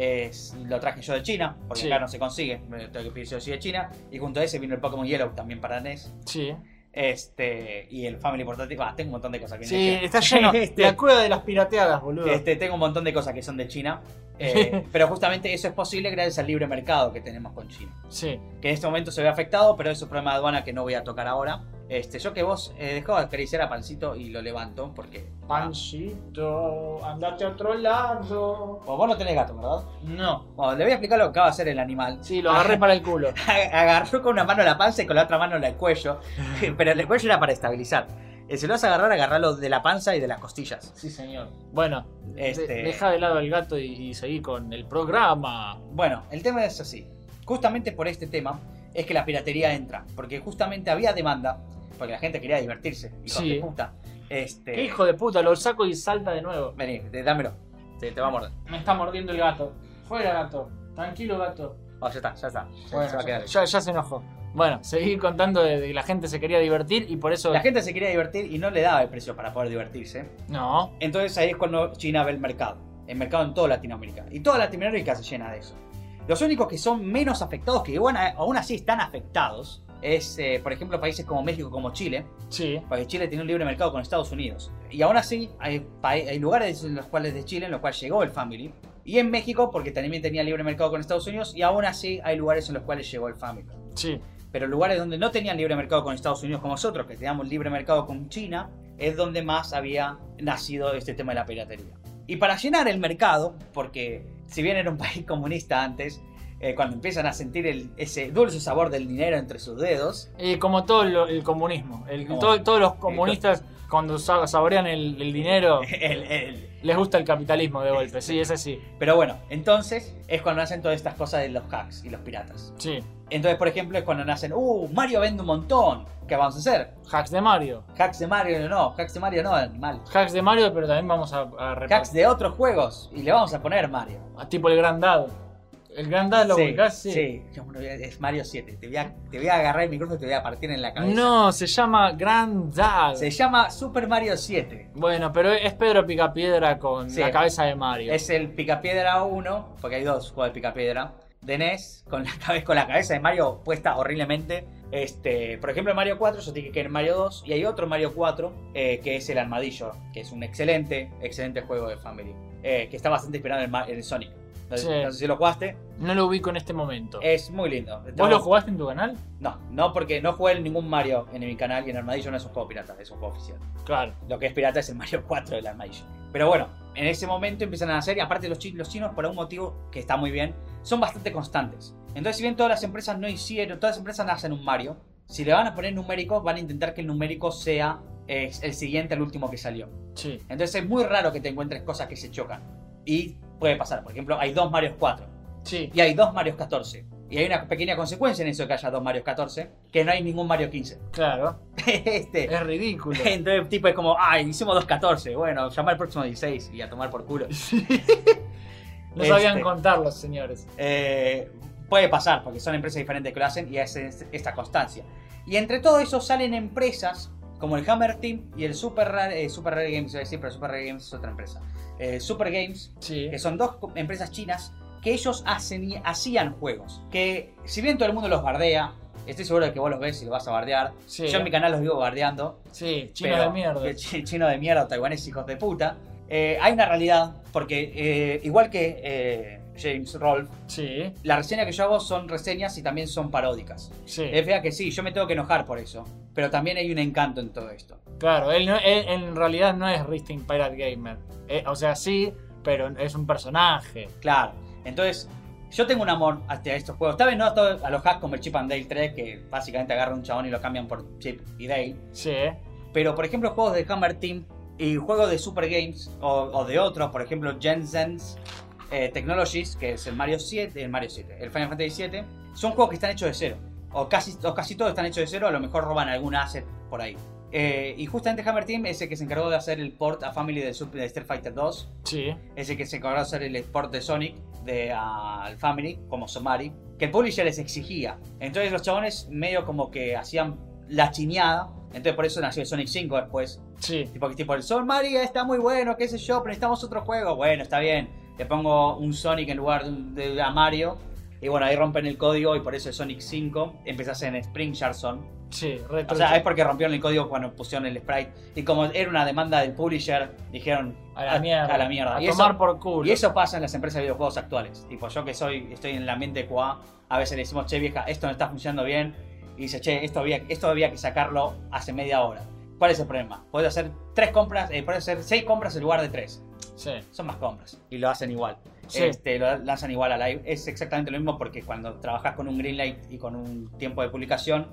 es- lo traje yo de China, porque
Sí.
acá no se consigue, me lo tengo que pedir yo sí de China, y junto a ese vino el Pokémon Yellow también para NES,
Sí.
este, y el Family Portátil, ah, tengo un montón de cosas que vienen
Sí,
de China.
está lleno.
Este,
La cueva de las pirateadas, boludo.
este, tengo un montón de cosas que son de China, eh, pero justamente eso es posible gracias al libre mercado que tenemos con China
Sí.
que en este momento se ve afectado, pero es un problema de aduana que no voy a tocar ahora. Este, yo que vos eh, dejo de acariciar a Pancito y lo levanto porque. Ah,
Pancito, andate a otro lado.
Bueno, pues vos no tenés gato, ¿verdad?
No.
Bueno, le voy a explicar lo que acaba de hacer el animal.
Sí, lo agarré para el culo.
Agarró con una mano la panza y con la otra mano el cuello. pero el cuello era para estabilizar. Eh, si lo vas a agarrar, agarralo de la panza y de las costillas.
Sí, señor. Bueno,
Este-
de- deja de lado al gato y, y seguí con el programa.
Bueno, el tema es así. Justamente por este tema es que la piratería entra. Porque justamente había demanda. Porque la gente quería divertirse. Hijos
Sí.
de puta. Este,
¿Qué hijo de puta? Lo saco y salta de nuevo.
Vení, te- dámelo. Te, te va a morder.
Me está mordiendo el gato. Fuera, gato. Tranquilo, gato.
Oh, ya está, ya está. Ya
Bueno,
se va a quedar.
ya, ya se enojó. Bueno, seguí contando de, de que la gente se quería divertir y por eso.
La gente se quería divertir y no le daba el precio para poder divertirse.
No.
Entonces ahí es cuando China ve el mercado. El mercado en toda Latinoamérica. Y toda Latinoamérica se llena de eso. Los únicos que son menos afectados, que bueno, aún así están afectados, es, eh, por ejemplo, países como México, como Chile,
Sí.
porque Chile tiene un libre mercado con Estados Unidos. Y aún así, hay, pa- hay lugares en los cuales de Chile en los cuales llegó el Family. Y en México, porque también tenía libre mercado con Estados Unidos, y aún así hay lugares en los cuales llegó el Family.
Sí.
Pero lugares donde no tenían libre mercado con Estados Unidos como nosotros, que teníamos libre mercado con China, es donde más había nacido este tema de la piratería. Y para llenar el mercado, porque si bien era un país comunista antes, eh, cuando empiezan a sentir el- ese dulce sabor del dinero entre sus dedos,
Eh, como todo lo- el comunismo. El-
Como-
todo- todos los comunistas, cuando sa- saborean el, el dinero,
el- el,
les gusta el capitalismo de golpe. Sí, ese sí.
Pero bueno, entonces es cuando nacen todas estas cosas de los hacks y los piratas.
Sí.
Entonces, por ejemplo, es cuando nacen, uh, Mario vende un montón, ¿qué vamos a hacer?
Hacks de Mario.
Hacks de Mario no, hacks de Mario no, animal.
Hacks de Mario, pero también vamos a, a
Hacks
repartir.
de otros juegos y le vamos a poner Mario.
a Tipo el Grand Dad. El Grand Dad lo ubicás, sí.
sí. Yo, bueno, es Mario 7. Te voy, a, te voy a agarrar el micrófono y te voy a partir en la cabeza.
No, se llama Grand Dad.
Se llama Super Mario 7.
Bueno, pero es Pedro Picapiedra con
Sí.
la cabeza de Mario.
Es el Picapiedra 1, porque hay dos juegos de Picapiedra. de NES con la, cabeza, con la cabeza de Mario puesta horriblemente. Este, por ejemplo, en Mario 4, yo dije que en Mario 2, y hay otro Mario 4 eh, que es el Armadillo, que es un excelente, excelente juego de Family, eh, que está bastante inspirado en, el Ma- en el Sonic. No, sé-
Sí.
no sé si lo jugaste,
No lo ubico en este momento.
es muy lindo.
¿Vos lo jugaste en tu canal?
No, no, porque no jugué en ningún Mario en mi canal y en Armadillo no es un juego pirata, es un juego oficial.
Claro.
Lo que es pirata es el Mario 4 del Armadillo. Pero bueno, en ese momento empiezan a hacer, y aparte los, chi- los chinos, por un motivo que está muy bien, son bastante constantes. Entonces, si bien todas las empresas no hicieron, todas las empresas no hacen un Mario, si le van a poner numéricos, van a intentar que el numérico sea eh, el siguiente al último que salió.
Sí.
Entonces, es muy raro que te encuentres cosas que se chocan. Y puede pasar, por ejemplo, hay dos Marios 4
Sí.
y hay dos Marios 14. Y hay una pequeña consecuencia en eso que haya dos Marios 14, que no hay ningún Mario 15.
Claro.
este,
Es ridículo.
entonces, tipo, es como, ay, hicimos dos 14, bueno, llama al próximo 16 y a tomar por culo.
No sabían
Este.
contar los señores.
Eh, puede pasar, porque son empresas diferentes que lo hacen y hacen es- esta constancia. Y entre todo eso salen empresas como el Hammer Team y el Super Rare, eh, Super Rare Games, iba a decir, pero Super Rare Games es otra empresa. Eh, Super Games,
Sí.
que son dos co- empresas chinas que ellos hacen y hacían juegos. Que si bien todo el mundo los bardea, estoy seguro de que vos los ves y los vas a bardear.
Sí.
Yo en mi canal los vivo bardeando.
Sí, chino
pero-
de mierda.
que chi- Chino de mierda, taiwanés, hijos de puta. Eh, hay una realidad, porque eh, igual que eh, James Rolfe,
Sí,
las reseñas que yo hago son reseñas y también son paródicas.
sí.
Es verdad que sí, yo me tengo que enojar por eso. Pero también hay un encanto en todo esto.
Claro, él, no- él en realidad no es Risting Pirate Gamer. Eh, o sea, sí, pero es un personaje.
Claro. Entonces, yo tengo un amor hacia estos juegos. Tal vez no a, todos- a los hacks como el Chip and Dale 3, que básicamente agarran un chabón y lo cambian por Chip y Dale.
Sí,
Pero, por ejemplo, juegos de Hammer Team y juegos de Super Games o, o de otros, por ejemplo, Jensen's eh, Technologies, que es el Mario 7, el Mario 7, el Final Fantasy 7, son juegos que están hechos de cero. O casi, o casi todos están hechos de cero, a lo mejor roban algún asset por ahí. Eh, y justamente Hammer Team es el que se encargó de hacer el port a Family de, Super, de Street Fighter 2,
sí.
es el que se encargó de hacer el port de Sonic de, a- al Family, como Somari, que el publisher les exigía. Entonces los chabones medio como que hacían la chiñada, entonces por eso nació el Sonic 5 después,
Sí,
Tipo, que tipo, el Sol Mario está muy bueno, qué sé yo, pero necesitamos otro juego. Bueno, está bien. Le pongo un Sonic en lugar de, un- de a Mario. Y bueno, ahí rompen el código y por eso el Sonic 5 empezás en Spring Charson.
sí, retro.
O sea, es porque rompieron el código cuando pusieron el sprite. Y como era una demanda del publisher, dijeron
a la mierda.
A, la mierda.
A
y,
tomar
eso,
por culo.
y eso pasa en las empresas de videojuegos actuales. Tipo, yo que soy, estoy en la mente QA, a veces le decimos, che vieja, esto no está funcionando bien. Y dice, che, esto había, esto había que sacarlo hace media hora. ¿Cuál es el problema? Puedes hacer tres compras, eh, puedes hacer seis compras en lugar de tres.
Sí,
Son más compras. Y lo hacen igual.
Sí.
Este, lo lanzan igual a live. Es exactamente lo mismo porque cuando trabajas con un greenlight y con un tiempo de publicación,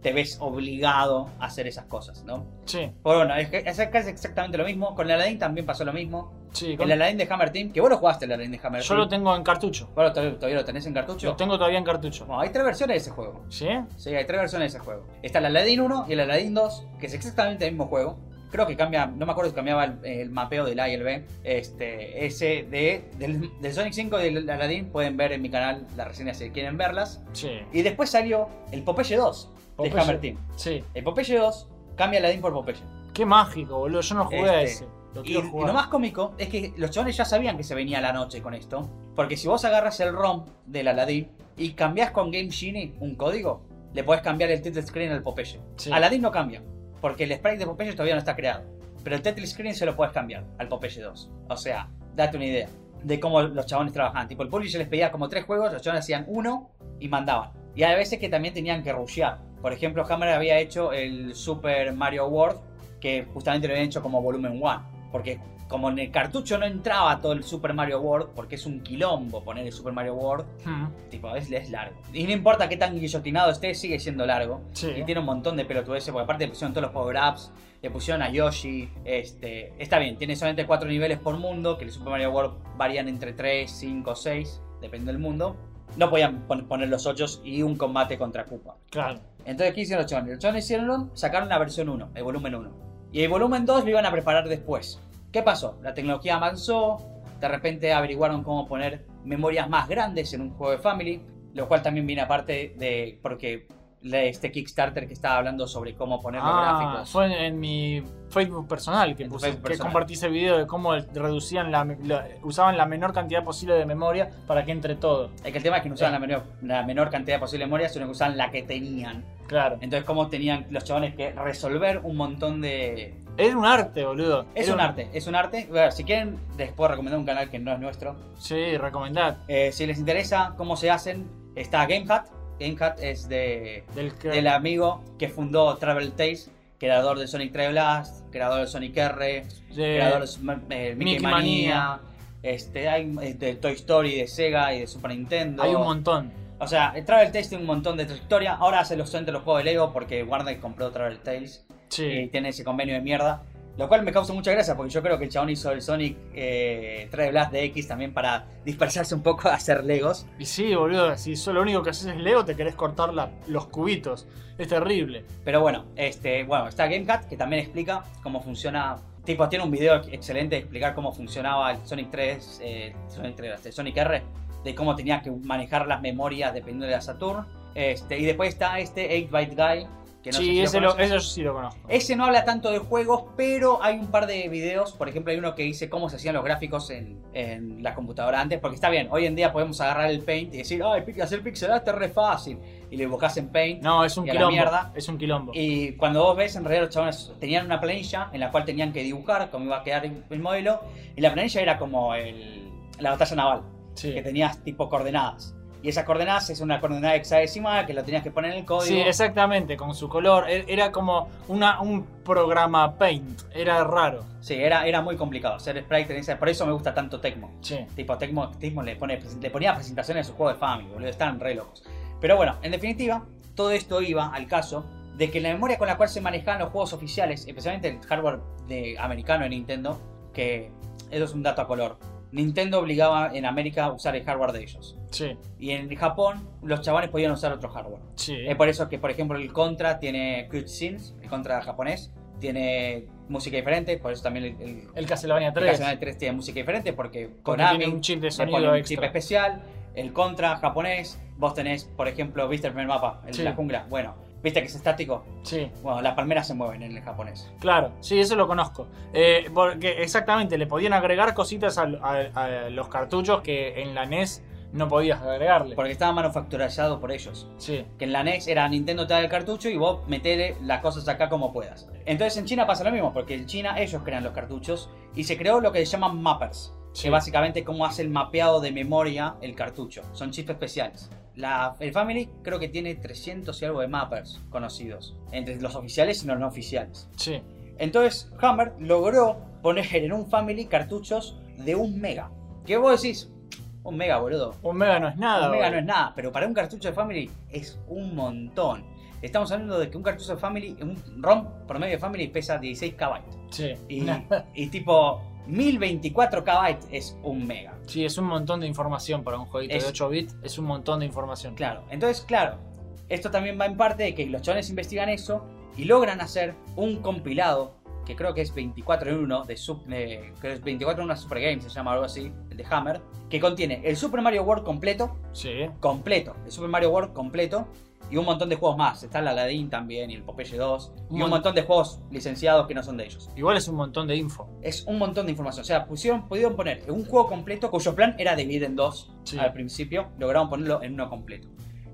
te ves obligado a hacer esas cosas, ¿no?
sí,
Pero bueno, es, que- es casi exactamente lo mismo. Con el Aladdin también pasó lo mismo.
sí. con-
El Aladdin de Hammer Team, que vos lo jugaste el Aladdin de Hammer
Yo
Team.
lo tengo en cartucho.
Vos lo- todavía, todavía lo tenés en
Lo
cartucho.
tengo todavía en cartucho.
Bueno, hay tres versiones de ese juego.
¿Sí?
Sí, hay tres versiones de ese juego. Está el Aladdin 1 y el Aladdin 2, que es exactamente el mismo juego. Creo que cambia, no me acuerdo si cambiaba el, el mapeo del A y el B. Este, ese de, del, del Sonic 5 y del Aladdin pueden ver en mi canal las reseñas si quieren verlas.
Sí.
Y después salió el Popeye 2
Popeye.
de Hammer Team.
Sí.
El Popeye 2 cambia Aladdin por Popeye.
Qué mágico, boludo. Yo no jugué a
Este,
ese. Lo
Y,
quiero
y
jugar.
lo más cómico es que los chavales ya sabían que se venía la noche con esto. Porque si vos agarras el ROM del Aladdin y cambiás con Game Genie un código, le podés cambiar el title screen al Popeye.
Sí.
Aladdin no cambia, porque el sprite de Popeye todavía no está creado. Pero el title screen se lo podés cambiar al Popeye 2. O sea, date una idea de cómo los chabones trabajaban. Tipo, el publisher les pedía como tres juegos, los chabones hacían uno y mandaban. Y hay veces que también tenían que rushear. Por ejemplo, Hammer había hecho el Super Mario World, que justamente lo habían hecho como volumen 1. Porque como en el cartucho no entraba todo el Super Mario World, porque es un quilombo poner el Super Mario World,
Hmm,
tipo, es, es largo. Y no importa qué tan guillotinado esté, sigue siendo largo.
Sí.
Y tiene un montón de pelotudeces, porque aparte le pusieron todos los power-ups, le pusieron a Yoshi. Este, está bien, tiene solamente cuatro niveles por mundo, que el Super Mario World varían entre 3, 5, 6, depende del mundo. No podían pon- poner los 8 y un combate contra Koopa.
Claro.
Entonces, ¿qué hicieron los chones? Los chones hicieron, sacaron la versión 1, el volumen 1. Y el volumen 2 lo iban a preparar después. ¿Qué pasó? La tecnología avanzó, de repente averiguaron cómo poner memorias más grandes en un juego de Family, lo cual también viene aparte de porque la- este Kickstarter que estaba hablando sobre cómo poner los
Ah,
gráficos.
fue en, en mi Facebook personal que
En tu
puse,
Facebook
que
personal.
compartí ese video de cómo el- reducían la, la- usaban la menor cantidad posible de memoria para que entre todo.
Es que el tema es que no usaban la menor, la menor cantidad posible de memoria, sino que usaban la que tenían.
Claro.
Entonces, cómo tenían los chavales que resolver un montón de...
Era un arte, boludo.
Es
Era
un arte, es un arte. Bueno, si quieren, les puedo recomendar un canal que no es nuestro.
Sí, recomendad.
Eh, si les interesa cómo se hacen, está GameHat. GameHat es de,
Del que-
del amigo que fundó Travel Tales, creador de Sonic Trail Blast, creador de Sonic R,
de-
creador de Ma- eh, Mickey,
Eh, Mickey
Mania, Este, hay eh, de Toy Story, de Sega y de Super Nintendo.
Hay un montón.
O sea, el Travel Tales tiene un montón de trayectoria. Ahora hace los entre los juegos de Lego porque Warner compró Travel Tales y
Sí.
tiene ese convenio de mierda. Lo cual me causa mucha gracia porque yo creo que el chabón hizo el Sonic eh, 3 Blast de X también para dispersarse un poco a hacer Legos.
Y sí, boludo, si solo lo único que haces es Leo, te querés cortar la- los cubitos. Es terrible.
Pero bueno, este, bueno, está GameCat que también explica cómo funciona. Tipo, tiene un video excelente de explicar cómo funcionaba el Sonic 3, eh, Sonic 3, el Sonic R, de cómo tenía que manejar las memorias dependiendo de la Saturn. Este, y después está este 8-Byte Guy, que no sé si
sí,
lo
ese, lo,
conoces. Eh,
ese yo sí lo conozco.
Ese no habla tanto de juegos, pero hay un par de videos. Por ejemplo, hay uno que dice cómo se hacían los gráficos en, en la computadora antes. Porque está bien, hoy en día podemos agarrar el Paint y decir, ay, pi- hacer pixel art es re fácil. Y lo invocás en Paint.
No, es un
Y a la
quilombo.
mierda. Eh,
Es un quilombo.
Y cuando vos ves, en realidad los chabones tenían una planilla en la cual tenían que dibujar cómo iba a quedar el modelo. Y la planilla era como el- la batalla naval,
sí.
que tenías tipo coordenadas. Y esas coordenadas es una coordenada hexadecimal que lo tenías que poner en el código.
Sí, exactamente, con su color. E- Era como una, un programa Paint. Era raro.
Sí, era, era muy complicado hacer sprite en esa- Por eso me gusta tanto Tecmo.
Sí.
Tipo, Tecmo, Tecmo le, pone, le ponía presentaciones a su juego de Family, boludo. Están re locos. Pero bueno, en definitiva, todo esto iba al caso de que la memoria con la cual se manejaban los juegos oficiales, especialmente el hardware de, americano de Nintendo, que eso es un dato a color. Nintendo obligaba en América a usar el hardware de ellos.
Sí,
Y en Japón, los chavales podían usar otro hardware.
sí.
Es por eso que, por ejemplo, el Contra tiene cutscenes, el Contra japonés, tiene música diferente, por eso también el, el
El Castlevania 3.
el Castlevania 3 tiene música diferente porque
Porque
Konami
tiene un chip de
le
sonido
pone un
extra.
chip especial, el Contra japonés, vos tenés, por ejemplo, viste el primer mapa, el
Sí.
de la jungla, bueno, viste que es estático,
Sí,
bueno, las palmeras se mueven en el japonés.
claro. Sí, eso lo conozco. Eh, porque exactamente, le podían agregar cositas al- a, a los cartuchos que en la NES no podías agregarle.
Porque estaba manufacturado por ellos.
Sí,
Que en la NES era Nintendo te da el cartucho y vos metele las cosas acá como puedas. Entonces en China pasa lo mismo, porque en China ellos crean los cartuchos y se creó lo que se llaman mappers,
Sí.
que básicamente es cómo hace el mapeado de memoria el cartucho. Son chips especiales. La, el Family creo que tiene 300 y algo de mappers conocidos, entre los oficiales y los no oficiales.
sí.
Entonces Hammer logró poner en un Family cartuchos de un mega. Que vos decís, un mega boludo,
Un mega no es nada.
un mega
boludo.
no es nada, pero para un cartucho de Family es un montón. Estamos hablando de que un cartucho de Family, un ROM promedio de Family pesa 16 KB.
Sí.
Y,
Nah.
y tipo 1024 KB es un mega.
Sí, es un montón de información para un jueguito
Es-
de 8 bits. Es un montón de información.
Claro, entonces claro, esto también va en parte de que los chavales investigan eso y logran hacer un compilado que creo que es 24 en 1 de, sub- de- que es 24 en 1 Super Game, se llama algo así, el de Hammer, que contiene el Super Mario World completo,
Sí.
completo, el Super Mario World completo y un montón de juegos más. Está el Aladdin también y el Popeye 2 y
Mon-
un montón de juegos licenciados que no son de ellos.
Igual es un montón de info.
Es un montón de información. O sea, pusieron, pudieron poner un juego completo cuyo plan era dividir en dos
Sí.
al principio, lograron ponerlo en uno completo.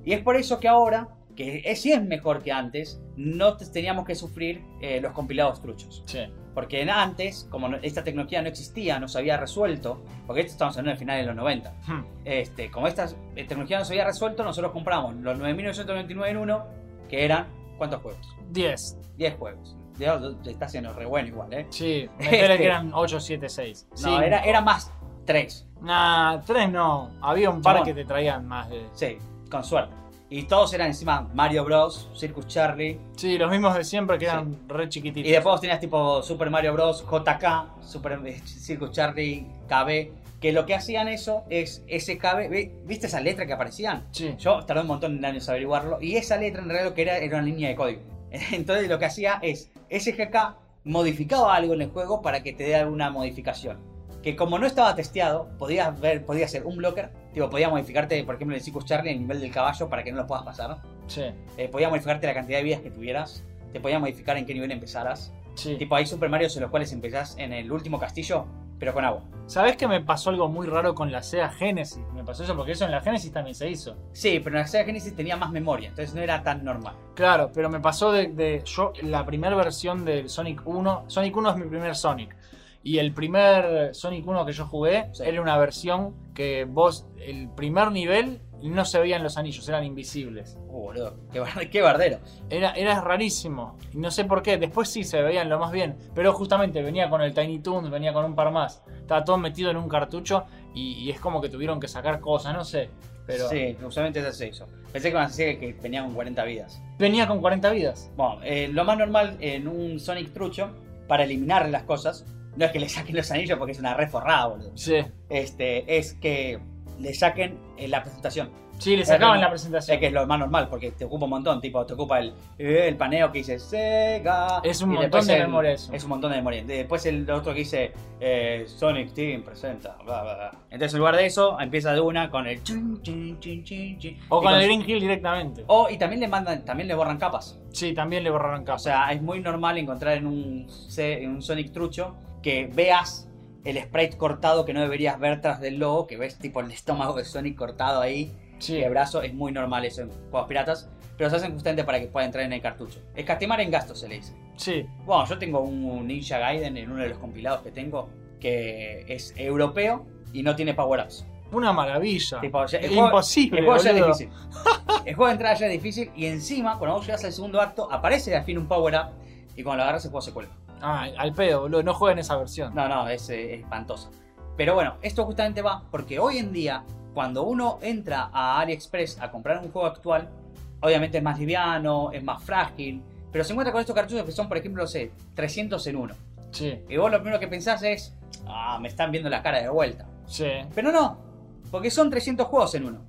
Y es por eso que ahora, que es, sí es mejor que antes, no te- teníamos que sufrir eh, los compilados truchos.
Sí.
Porque en- antes, como no- esta tecnología no existía, no se había resuelto, porque esto estamos hablando del final de los 90,
Hmm.
este, como esta eh, tecnología no se había resuelto, nosotros compramos los 9.999 en uno, que eran, ¿cuántos juegos?
10.
10 juegos. Ya te está haciendo re bueno igual, ¿eh?
Sí. Me enteré
Este.
que eran 8, 7, 6.
No, era, era más 3,
Nah, 3 no. Había un par
Chabón.
que te traían más de.
sí, con suerte. Y todos eran encima Mario Bros, Circus Charlie,
Sí, los mismos de siempre que eran re
y
chiquititos.
después vos tenías tipo Super Mario Bros, JK, Super eh, Circus Charlie, KB, que lo que hacían eso es ese KB, ¿vi- ¿viste esa letra que aparecían?
Sí.
Yo tardé un montón de años en averiguarlo. Y esa letra en realidad lo que era era una línea de código. Entonces lo que hacía es, SGK modificaba algo en el juego para que te dé alguna modificación. Que que como no estaba testeado, podías ver, podías hacer un blocker, tipo, podías modificarte, por ejemplo, en el Circus Charlie el nivel del caballo para que no lo puedas pasar.
Sí,
Eh, podías modificarte la cantidad de vidas que tuvieras, te podías modificar en qué nivel empezaras.
sí.
Tipo, hay Super Mario en los cuales empezás en el último castillo, pero con agua.
¿Sabés que me pasó algo muy raro con la Sega Genesis? Me pasó eso porque eso en la Genesis también se hizo.
Sí, pero en la Sega Genesis tenía más memoria, entonces no era tan normal.
Claro, pero me pasó de, de- yo la primera versión del Sonic 1, Sonic 1 es mi primer Sonic. Y el primer Sonic 1 que yo jugué
Sí.
era una versión que vos el primer nivel no se veían los anillos, eran invisibles.
Uh, boludo, qué, bar- qué bardero.
Era, era rarísimo. y No sé por qué. Después sí se veían lo más bien. Pero justamente venía con el Tiny Toons, venía con un par más. Estaba todo metido en un cartucho y, y es como que tuvieron que sacar cosas, no sé. Pero
Sí, usualmente eso se hizo. Pensé que me decía que venía con 40 vidas.
venía con 40 vidas.
Bueno, eh, lo más normal en un Sonic trucho, para eliminar las cosas, no es que le saquen los anillos porque es una reforrada, boludo.
Sí.
Este, es que le saquen eh, la presentación.
Sí, le sacaban
Es
la
lo- Es
presentación.
que es lo más normal, porque te ocupa un montón, tipo, te ocupa el, eh, el paneo que dice Sega.
Es un
y
montón
después
de
el-
memoria eso.
Es un montón de memoria. Después el otro que dice eh, Sonic Team presenta. bla, bla, bla. Entonces, en lugar de eso, empieza de una con el. chin, chin, chin, chin, chin.
O
Y
con el Green Hill directamente.
O, y también le mandan, también le borran capas.
Sí, también le borraron
O
capas.
sea, es muy normal encontrar en un, C- en un Sonic trucho que veas el sprite cortado que no deberías ver tras del logo, que ves tipo el estómago de Sonic cortado ahí
Sí.
y el brazo es muy normal eso en juegos piratas, pero se hacen justamente para que pueda entrar en el cartucho. Escatimar en gastos se le dice.
Sí.
Bueno, yo tengo un Ninja Gaiden en uno de los compilados que tengo que es europeo y no tiene power-ups.
Una maravilla.
Tipo, ya- el
Es
juego-
imposible.
El juego ya es
boludo.
difícil. El juego de entrada ya es difícil y encima, cuando vos llegas al segundo acto, aparece de fin un power-up y cuando lo agarras el juego se cuelga.
Ah, al pedo, boludo. No jueguen esa versión.
No, no, es eh, espantoso. Pero bueno, esto justamente va porque hoy en día, cuando uno entra a AliExpress a comprar un juego actual, obviamente es más liviano, es más frágil, pero se encuentra con estos cartuchos que son, por ejemplo, no sé, 300 en uno.
Sí.
Y vos lo primero que pensás es, ah, me están viendo la cara de vuelta.
Sí.
Pero no, porque son 300 juegos en uno.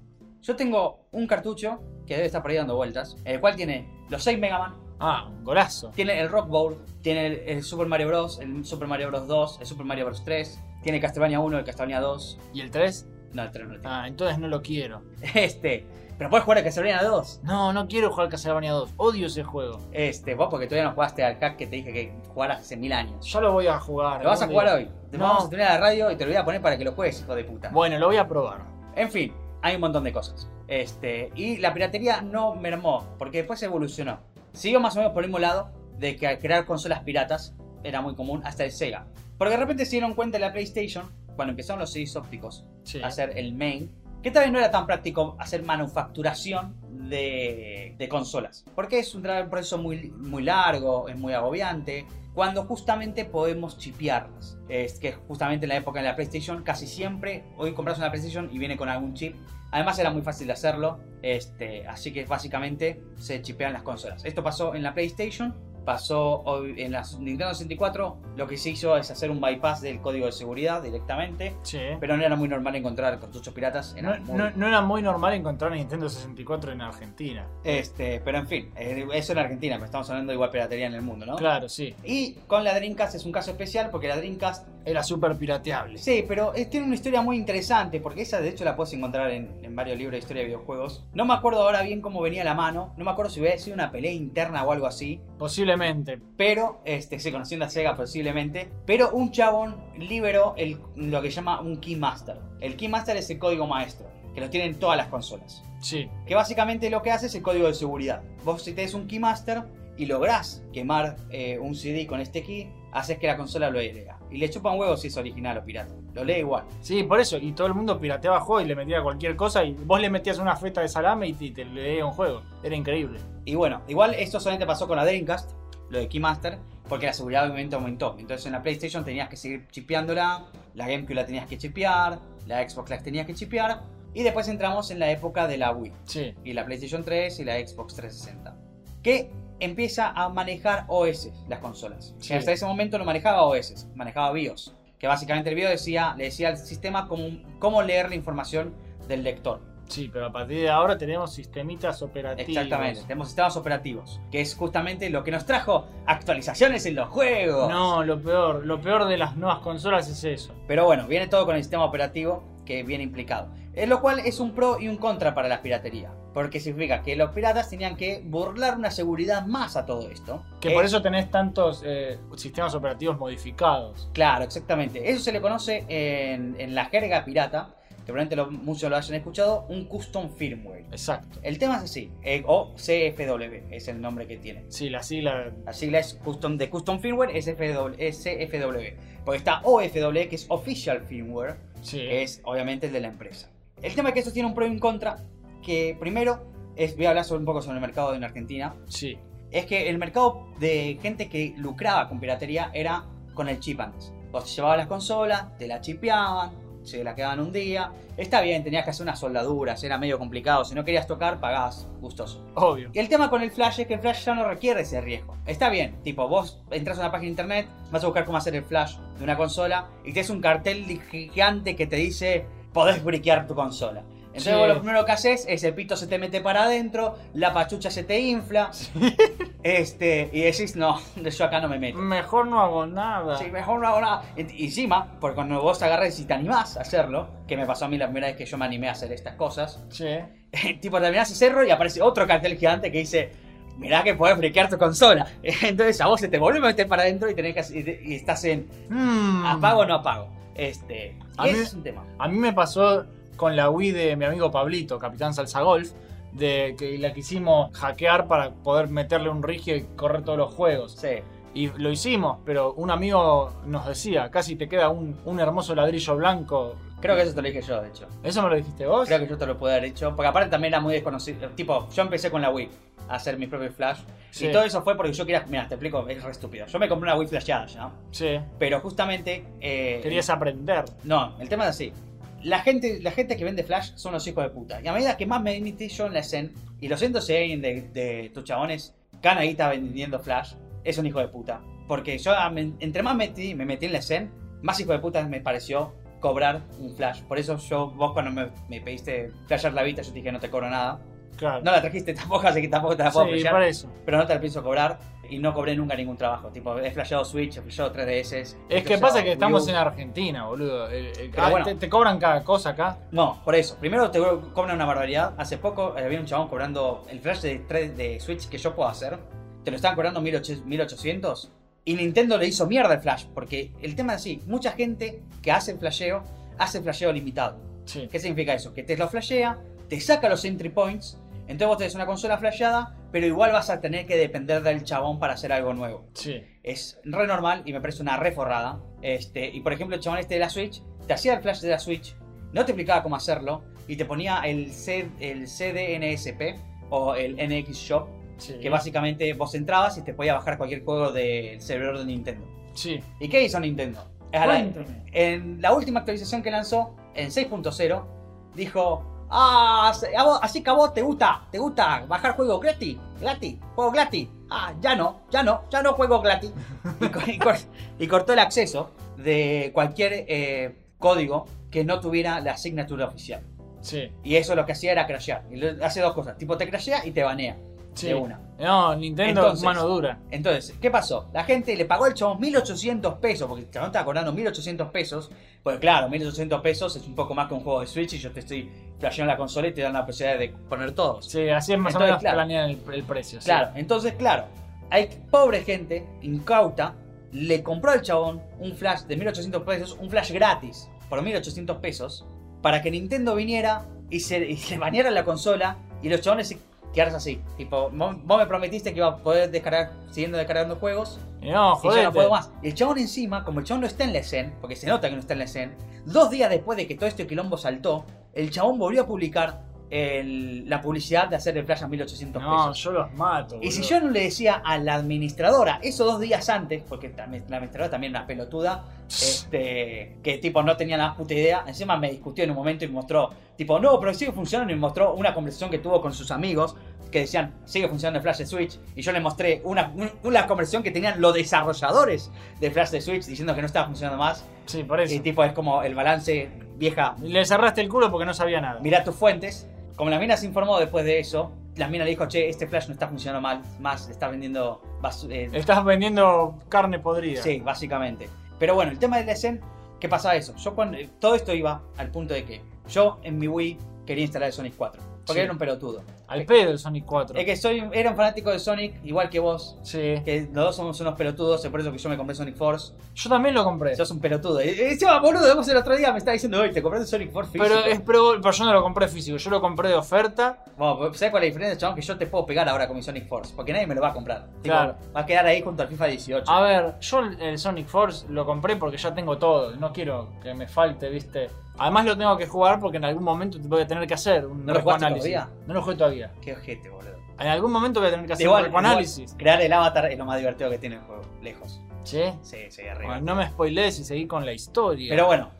Yo tengo un cartucho que debe estar por ahí dando vueltas, el cual tiene los 6 Mega Man,
Ah, un golazo.
tiene el Rock Bowl, tiene el, el Super Mario Bros., el Super Mario Bros. 2, el Super Mario Bros. 3, tiene el Castlevania 1, el Castlevania 2.
¿Y el 3?
No, el 3 no lo tiene.
Ah, entonces no lo quiero.
Este. Pero puedes jugar al Castlevania 2.
No, no quiero jugar Castlevania 2. Odio ese juego.
Este, vos porque todavía no jugaste al hack que te dije que jugaras hace mil años.
Ya lo voy a jugar.
Lo vas a
algún
jugar
día.
hoy. Te
No.
vamos a tener la radio y te lo voy a poner para que lo juegues, hijo de puta.
Bueno, lo voy a probar.
En fin, hay un montón de cosas. Este, y la piratería no mermó, porque después evolucionó. Siguió más o menos por el mismo lado, de que al crear consolas piratas era muy común hasta el Sega. Porque de repente se dieron cuenta en la PlayStation, cuando empezaron los CDs ópticos
Sí.
a hacer el main, que tal vez no era tan práctico hacer manufacturación de, de consolas. Porque es un tra- proceso muy, muy largo, es muy agobiante, cuando justamente podemos chipearlas. Es que justamente en la época de la PlayStation, casi siempre, hoy compras una PlayStation y viene con algún chip. Además era muy fácil de hacerlo, este, así que básicamente se chipean las consolas. Esto pasó en la PlayStation, pasó hoy en la Nintendo 64, lo que se hizo es hacer un bypass del código de seguridad directamente.
Sí.
Pero no era muy normal encontrar cartuchos piratas.
No,
Era muy-
no- no era muy normal encontrar Nintendo 64 en Argentina.
Este, pero en fin, eh, eso en Argentina, pero estamos hablando de igual piratería en el mundo, ¿no?
Claro, sí.
Y con la Dreamcast es un caso especial porque la Dreamcast,
Era súper pirateable.
sí, pero eh, tiene una historia muy interesante porque esa de hecho la puedes encontrar en, en varios libros de historia de videojuegos. No me acuerdo ahora bien cómo venía la mano, no me acuerdo si hubiera sido una pelea interna o algo así,
Posiblemente.
pero este, se conoció en la Sega posiblemente. Pero un chabón liberó el, lo que llama un Keymaster. El Keymaster es el código maestro, que lo tienen todas las consolas.
Sí.
que básicamente lo que hace es el código de seguridad. Vos si tenés un keymaster y lográs quemar eh, un CD con este key, haces que la consola lo lea. Y le chupan huevos si es original o pirata. Lo lee igual.
Sí, por eso. Y todo el mundo pirateaba juegos y le metía cualquier cosa. Y vos le metías una feta de salame y te, te leía un juego. Era increíble.
Y bueno, igual esto solamente pasó con la Dreamcast, lo de Keymaster, porque la seguridad obviamente aumentó. Entonces en la PlayStation tenías que seguir chipeándola, la GameCube la tenías que chipear, la Xbox la tenías que chipear. Y después entramos en la época de la Wii.
Sí.
y la PlayStation 3 y la Xbox 360. Que empieza a manejar OS las consolas.
Sí.
Que hasta ese momento no manejaba OS, manejaba BIOS. Que básicamente el BIOS decía, le decía al sistema cómo, cómo leer la información del lector.
Sí, pero a partir de ahora tenemos sistemitas operativos.
Exactamente, tenemos sistemas operativos, que es justamente lo que nos trajo actualizaciones en los juegos.
No, lo peor, lo peor de las nuevas consolas es eso.
Pero bueno, viene todo con el sistema operativo que viene implicado. Eh, Lo cual es un pro y un contra para la piratería. Porque significa que los piratas tenían que burlar una seguridad más a todo esto.
Que
Eh,
por eso tenés tantos eh, sistemas operativos modificados.
Claro, exactamente. Eso se le conoce en, en la jerga pirata, que probablemente lo- muchos lo hayan escuchado, un custom firmware.
Exacto.
El tema es así, eh, o CFW es el nombre que tiene.
Sí, la sigla.
La sigla es custom, de Custom Firmware es FW, es CFW. Porque está OFW, que es Official Firmware,
Sí.
que es obviamente el de la empresa. El tema es que eso tiene un pro y un contra, que primero, es, voy a hablar sobre- un poco sobre el mercado en Argentina,
Sí.
es que el mercado de gente que lucraba con piratería era con el chip antes. Vos te llevabas las consolas, te la chipeaban, se la quedaban un día. Está bien, tenías que hacer unas soldaduras, era medio complicado. Si no querías tocar, pagabas gustoso.
Obvio.
El tema con el Flash es que el Flash ya no requiere ese riesgo. Está bien, tipo, vos entras a una página de internet, vas a buscar cómo hacer el Flash de una consola y te es un cartel gigante que te dice, podés briquear tu consola. Entonces
Sí.
vos lo primero que haces es el pito se te mete para adentro, la pachucha se te infla, este, y decís, no, yo acá no me meto.
Mejor no hago nada.
Sí, mejor no hago nada. Y- Encima, porque cuando vos agarres y te animás a hacerlo, que me pasó a mí la primera vez que yo me animé a hacer estas cosas,
Che.
tipo terminás ese cerro y aparece otro cartel gigante que dice mirá que podés friquear tu consola entonces a vos se te vuelve a meter para adentro y tenés que hacer- y, te- y estás en
Mm.
apago o no apago este
A
ese
mí-
es un tema
A mí me pasó con la Wii de mi amigo Pablito, Capitán Salsa Golf, de que la quisimos hackear para poder meterle un rigio y correr todos los juegos.
sí
Y lo hicimos, pero un amigo nos decía, casi te queda un, un hermoso ladrillo blanco.
creo que eso te lo dije yo de hecho
¿Eso me lo dijiste vos?
creo que yo te lo pude haber hecho porque aparte también era muy desconocido tipo yo empecé con la Wii a hacer mis propios flash
Sí.
y todo eso fue porque yo quería mira te explico es re estúpido yo me compré una Wii flasheada ya
Sí.
pero justamente eh,
Querías aprender.
No, el tema es así. La gente, la gente que vende Flash son los hijos de puta. Y a medida que más me metí yo en la escena, y los 100 de, de estos chabones, Canaguita vendiendo Flash, es un hijo de puta. Porque yo, a- me- entre más metí, me metí en la escena, más hijo de puta me pareció cobrar un Flash. Por eso yo, vos cuando me, me pediste flashear la vista, yo te dije no te cobro nada.
Claro.
No la trajiste tampoco, así que tampoco te la puedo
sí,
flashear,
para eso.
Pero no te la pienso cobrar y no cobré nunca ningún trabajo. Tipo, he flasheado Switch, he flasheado 3DS. he
Es que
flasheado
pasa que
Wii U.
estamos en Argentina, boludo. El- el-
Pero
ah,
bueno.
te, te cobran cada cosa acá.
No, por eso. Primero te cobran una barbaridad. Hace poco eh, había un chabón cobrando el flash de, tres- de Switch que yo puedo hacer. Te lo estaban cobrando 1800 1800. Y Nintendo le hizo mierda el flash. Porque el tema es así. Mucha gente que hace el flasheo, hace el flasheo limitado.
Sí.
¿Qué significa eso? Que te lo flashea, te saca los entry points. Entonces vos tenés una consola flasheada, pero igual vas a tener que depender del chabón para hacer algo nuevo
Sí.
es re normal y me parece una re forrada. Este, y por ejemplo, el chabón este de la Switch te hacía el flash de la Switch, no te explicaba cómo hacerlo y te ponía el, C, el CDNSP o el NX Shop,
Sí.
que básicamente vos entrabas y te podía bajar cualquier juego del servidor de Nintendo.
Sí.
¿Y qué hizo Nintendo? A la-
Cuéntame.
en la última actualización que lanzó, en 6.0, dijo: Ah, se- a vos- así que a vos te gusta, te gusta bajar juego gratis, gratis, juego gratis. Ah, ya no, ya no, ya no juego gratis. Y, co- y cor- y cortó el acceso de cualquier eh, código que no tuviera la asignatura oficial.
Sí.
Y eso lo que hacía era crashear. Y lo- hace dos cosas: tipo, te crashea y te banea.
Sí.
De una.
No, Nintendo
Entonces.
mano dura.
Entonces, ¿qué pasó? La gente le pagó al chabón 1800 pesos, porque el chabón estaba cobrando 1800 pesos. Pues claro, 1800 pesos es un poco más que un juego de Switch y yo te estoy flasheando la consola y te dan la posibilidad de poner todos.
Sí, así es más
Entonces,
o menos
claro.
planean el, el precio. sí.
Claro, entonces, claro, hay pobre gente incauta, le compró al chabón un flash de 1800 pesos, un flash gratis por 1800 pesos, para que Nintendo viniera y se, y se baneara la consola y los chabones se quedaran así. Tipo, vos vos me prometiste que iba a poder descargar, siguiendo descargando juegos.
Y No,
Y ya
joder.
no puedo más. Y el chabón encima, como el chabón no está en la escena, porque se nota que no está en la escena, dos días después de que todo este quilombo saltó, el chabón volvió a publicar el- la publicidad de hacer el flash a 1800
No,
pesos.
yo los mato.
Y si
boludo.
yo no le decía a la administradora, eso dos días antes, porque tam- la administradora también era una pelotuda, este, que tipo no tenía la puta idea, encima me discutió en un momento y me mostró, tipo, no, pero sigue funcionando, y me mostró una conversación que tuvo con sus amigos que decían, sigue funcionando el Flash de Switch, y yo le mostré una, un- una conversación que tenían los desarrolladores de Flash de Switch diciendo que no estaba funcionando más,
Sí, por eso.
y tipo es como el balance, vieja,
Le cerraste el culo porque no sabía nada.
mira tus fuentes, Como las minas se informó después de eso, las minas le dijo, che, este flash no está funcionando mal, más está vendiendo basu- eh,
Estás vendiendo carne podrida.
Sí, básicamente. Pero bueno, el tema del DSN, ¿qué pasaba eso? Yo cuando eh, todo esto iba al punto de que yo en mi Wii quería instalar el Sonic 4, porque
Sí.
era un pelotudo.
Al pedo el Sonic 4.
Es que soy era un fanático de Sonic igual que vos,
Sí.
que los dos somos unos pelotudos, es por eso que yo me compré Sonic Force.
Yo también lo compré.
Sos un pelotudo. Y- y Encima, boludo, vos el otro día me estaba diciendo, "Oye, te compraste un Sonic Force físico".
Pero, es, pero, pero yo no lo compré físico, yo lo compré de oferta.
Bueno, pues, ¿sabes cuál es la diferencia, chabón? Que yo te puedo pegar ahora con mi Sonic Force, porque nadie me lo va a comprar. Tipo,
Claro.
Va a quedar ahí junto al FIFA 18.
A ver, yo el el Sonic Force lo compré porque ya tengo todo, no quiero que me falte, ¿viste? Además lo tengo que jugar porque en algún momento voy a tener que hacer un
¿No lo jugaste
rejuanálisis.
todavía?
No lo jugué todavía.
Qué ojete, boludo.
En algún momento voy a tener que hacer
Igual,
un rejuanálisis.
igual, crear el avatar es lo más divertido que tiene el juego, lejos.
¿Sí?
Sí, sí, arriba.
Bueno, no me spoilees y seguí con la historia.
Pero bueno,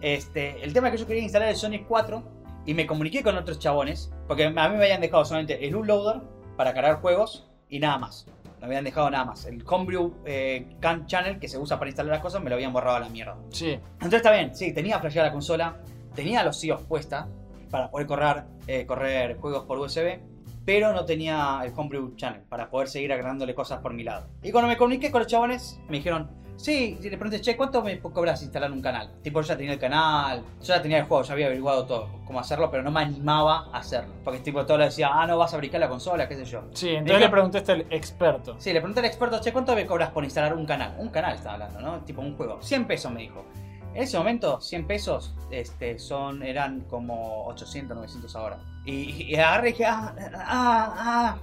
este, el tema es que yo quería instalar el Sonic 4 y me comuniqué con otros chabones, porque a mí me habían dejado solamente el Unloader para cargar juegos y nada más. No me habían dejado nada más. El Homebrew eh, Can Channel que se usa para instalar las cosas me lo habían borrado a la mierda.
Sí.
Entonces está bien, sí, tenía flasheada la consola, tenía los CIOs puesta para poder correr, eh, correr juegos por USB, pero no tenía el Homebrew Channel para poder seguir agregándole cosas por mi lado. Y cuando me comuniqué con los chabones, me dijeron, sí, y le pregunté, che, ¿cuánto me cobras instalar un canal? Tipo, yo ya tenía el canal, yo ya tenía el juego, ya había averiguado todo, cómo hacerlo, pero no me animaba a hacerlo. Porque tipo, todo le decía, ah, no vas a fabricar la consola, qué sé yo.
Sí,
Me
entonces
dijo-
le preguntaste al experto.
Sí, le pregunté al experto, che, ¿cuánto me cobras por instalar un canal? Un canal estaba hablando, ¿no? Tipo un juego. 100 pesos me dijo. En ese momento, 100 pesos este, son, eran como 800, 900 ahora. Y, y agarré y dije, ah, ah, ah.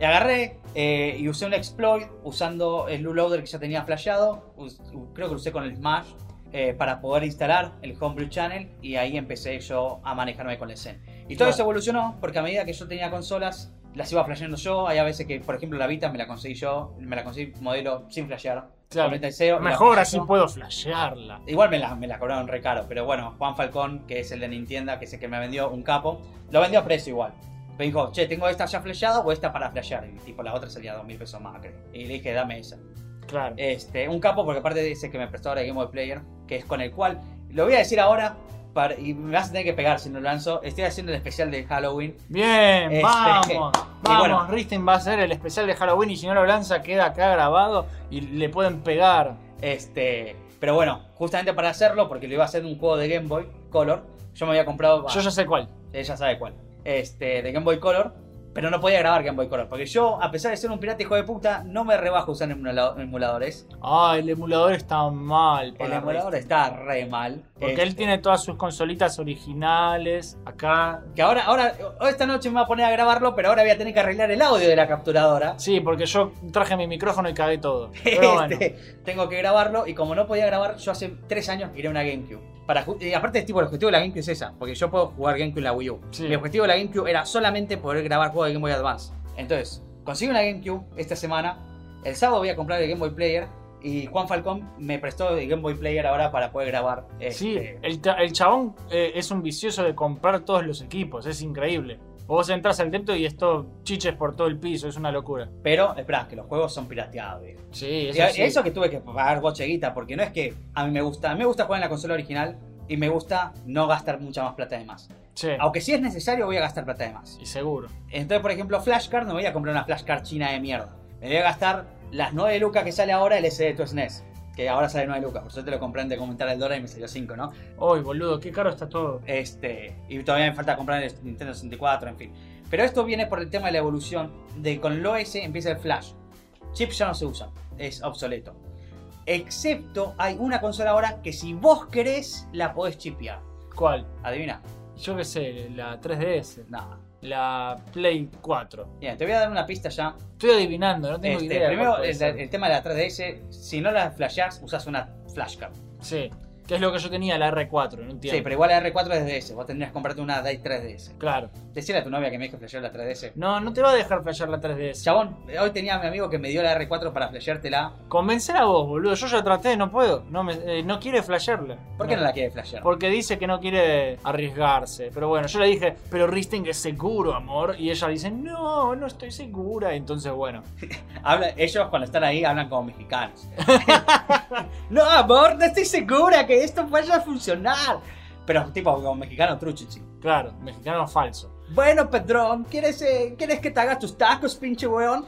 Y agarré eh, y usé un exploit usando el loader que ya tenía flasheado. us- u- creo que lo usé con el Smash eh, para poder instalar el Homebrew Channel. Y ahí empecé yo a manejarme con el Zen. Y todo
Claro.
eso evolucionó porque a medida que yo tenía consolas, las iba flasheando yo. Hay a veces que, por ejemplo, la Vita me la conseguí yo, me la conseguí modelo sin flashear.
Claro.
completa de cero, me la
Mejor
puse
así
yo.
puedo flashearla.
Igual me la, me la cobraron re caro, pero bueno, Juan Falcón, que es el de Nintendo, que es el que me vendió un capo, lo vendió a precio igual. Me dijo, che, tengo esta ya flasheada o esta para flashear. Y tipo, la otra salía dos mil pesos más, creo. Y le dije, dame esa.
Claro.
Este, un capo, porque aparte dice que me prestó ahora Game Boy Player, que es con el cual, lo voy a decir ahora, para- y me vas a tener que pegar si no lo lanzo. Estoy haciendo el especial de Halloween.
Bien,
Este,
vamos.
y
Vamos,
bueno.
Risting va a ser el especial de Halloween y si no lo lanza queda acá grabado y le pueden pegar.
Este, pero bueno, justamente para hacerlo, porque lo iba a hacer un juego de Game Boy Color, yo me había comprado.
Yo ya sé cuál.
ella sabe cuál, este, de Game Boy Color, pero no podía grabar Game Boy Color, porque yo, a pesar de ser un pirata hijo de puta, no me rebajo usando emulado- emuladores.
Ah, el emulador está mal.
El
para
emulador
Risting.
está re mal.
Porque
Este,
él tiene todas sus consolitas originales acá.
Que ahora, ahora, esta noche me voy a poner a grabarlo, pero ahora voy a tener que arreglar el audio de la capturadora.
Sí, porque yo traje mi micrófono y cagué todo. Pero bueno.
Este, tengo que grabarlo y como no podía grabar, yo hace tres años miré una GameCube. Para, ju- y aparte, tipo, el objetivo de la GameCube es esa, porque yo puedo jugar GameCube en la Wii U.
Sí.
Mi objetivo de la GameCube era solamente poder grabar juegos de Game Boy Advance. Entonces, consigo una GameCube esta semana, el sábado voy a comprar el Game Boy Player y Juan Falcón me prestó el Game Boy Player ahora para poder grabar.
Sí,
este,
el, ta- el chabón eh, es un vicioso de comprar todos los equipos, es increíble. Vos entras al depto y esto chiches por todo el piso, es una locura.
Pero, espera, que los juegos son pirateados, viejo.
Sí,
Y a- Eso que tuve que pagar bocheguita, porque no es que a mí me gusta, a mí me gusta jugar en la consola original y me gusta no gastar mucha más plata de más.
Sí,
Aunque si es necesario, voy a gastar plata de más.
y seguro.
Entonces, por ejemplo, flashcard, no voy a comprar una flashcard china de mierda. Me voy a gastar las 9 lucas que sale ahora el SD de tu SNES. Que ahora sale 9 lucas. Por suerte lo compré antes de comentar el dólar y me salió 5, ¿no?
Uy, boludo, qué caro está todo.
Este, y todavía me falta comprar el Nintendo 64, en fin. Pero esto viene por el tema de la evolución de con el OS empieza el flash. Chip ya no se usa, es obsoleto. Excepto hay una consola ahora que si vos querés la podés chipear.
¿Cuál?
Adivina,
Yo qué sé, la 3DS,
nada.
la Play 4.
Bien, te voy a dar una pista ya.
Estoy adivinando, no tengo
Este,
idea.
primero,
cuál puede
el,
ser.
el tema de la 3DS, si no la flasheás, usás una flashcard.
Sí, que es lo que yo tenía, la R4, no entiendo.
Sí, pero igual la R4 es DS, vos tendrías que comprarte una Day 3DS.
Claro.
Decirle a tu novia que me deje flashear la 3DS.
No, no te va a dejar flashear la 3DS.
Chabón, hoy tenía a mi amigo que me dio la R4 para flasheártela.
Convencer a vos, boludo. Yo ya traté, no puedo. No, me, eh, no quiere flashearla.
¿Por qué no, la quiere flashear?
Porque dice que no quiere arriesgarse. Pero bueno, yo le dije, pero Risting es seguro, amor. Y ella dice, no, no estoy segura. Entonces, bueno.
Habla- ellos cuando están ahí hablan como mexicanos. no, amor, no estoy segura que esto vaya a funcionar. Pero tipo como mexicano truchichi.
Claro, mexicano falso.
Bueno, Pedrón, ¿quieres, eh, ¿quieres que te hagas tus tacos, pinche weón?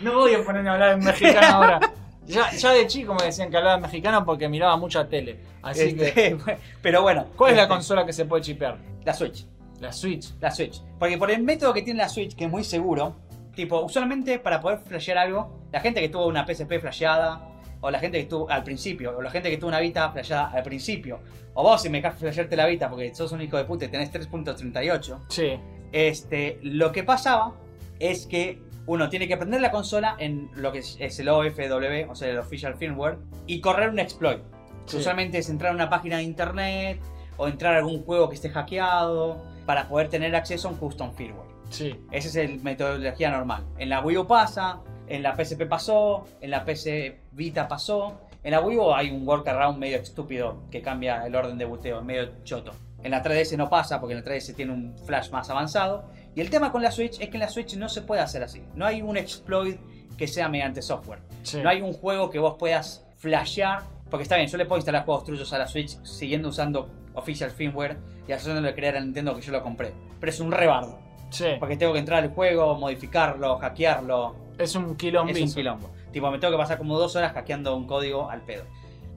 No voy a ponerme a hablar en mexicano ahora. Ya, ya de chico me decían que hablaba en mexicano porque miraba mucha tele. Así que.
Este, pero bueno.
¿Cuál es la
este,
consola que se puede chipear?
La Switch.
La Switch.
La Switch. Porque por el método que tiene la Switch, que es muy seguro, tipo, usualmente para poder flashear algo, la gente que tuvo una PSP flasheada, o la gente que estuvo al principio, o la gente que tuvo una Vita flasheada al principio, o vos si me dejas flashearte la Vita porque sos un hijo de puta y tenés 3.38,
Sí.
este, lo que pasaba es que uno tiene que prender la consola en lo que es- es el OFW, o sea, el Official Firmware, y correr un exploit. que
Sí.
Usualmente es entrar a una página de internet o entrar a algún juego que esté hackeado para poder tener acceso a un custom firmware.
Sí.
Esa es el- la metodología normal. En la Wii U pasa, en la PSP pasó, en la PC Vita pasó. En la Wii U hay un workaround medio estúpido que cambia el orden de buteo, medio choto. En la 3DS no pasa porque en la 3DS tiene un flash más avanzado. Y el tema con la Switch es que en la Switch no se puede hacer así. No hay un exploit que sea mediante software.
Sí.
No hay un juego que vos puedas flashear. Porque está bien, yo le puedo instalar juegos truchos a la Switch siguiendo usando Official Firmware y haciéndole creer a Nintendo que yo lo compré. Pero es un rebardo.
Sí.
Porque tengo que entrar al juego, modificarlo, hackearlo.
Es un quilombo.
Es un quilombo. Tipo, me tengo que pasar como dos horas hackeando un código al pedo.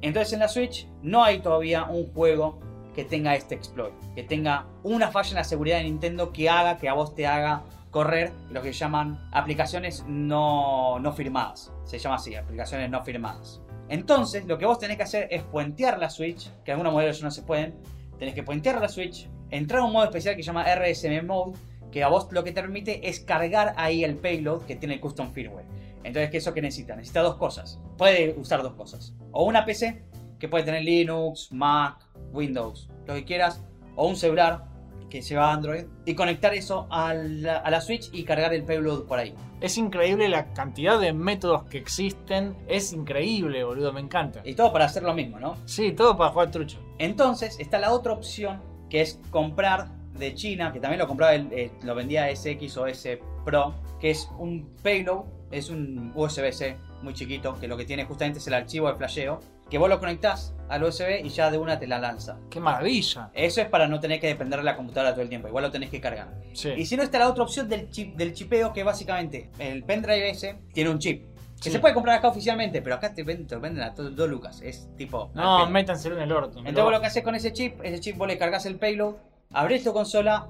Entonces en la Switch no hay todavía un juego que tenga este exploit. Que tenga una falla en la seguridad de Nintendo que haga que a vos te haga correr lo que llaman aplicaciones no, no firmadas. Se llama así, aplicaciones no firmadas. Entonces lo que vos tenés que hacer es puentear la Switch, que algunos modelos ya no se pueden. Tenés que puentear la Switch, entrar a un modo especial que se llama RSM Mode, que a vos lo que te permite es cargar ahí el payload que tiene el custom firmware. Entonces, ¿qué es eso que necesita? Necesita dos cosas. Puede usar dos cosas. O una PC, que puede tener Linux, Mac, Windows, lo que quieras. O un celular, que lleva Android. Y conectar eso a la, a la Switch y cargar el payload por ahí.
Es increíble la cantidad de métodos que existen. Es increíble, boludo. Me encanta.
Y todo para hacer lo mismo, ¿no?
Sí, todo para jugar trucho.
Entonces está la otra opción que es comprar de China, que también lo compraba, el- eh, lo vendía SX o S Pro, que es un payload, es un USB-C muy chiquito, que lo que tiene justamente es el archivo de flasheo, que vos lo conectás al USB y ya de una te la lanza.
Qué maravilla.
Eso es para no tener que depender de la computadora todo el tiempo, igual lo tenés que cargar.
Sí.
Y si no está la otra opción del chip del chipeo, que básicamente el pendrive ese tiene un chip. Que
Sí.
se puede comprar acá oficialmente, pero acá te venden, te lo venden a 2 lucas. Es tipo. al
No,
pedo.
métanselo en el orto. me
Entonces vos
lo-
lo que haces con ese chip, ese chip vos le cargas el payload, abrís tu consola,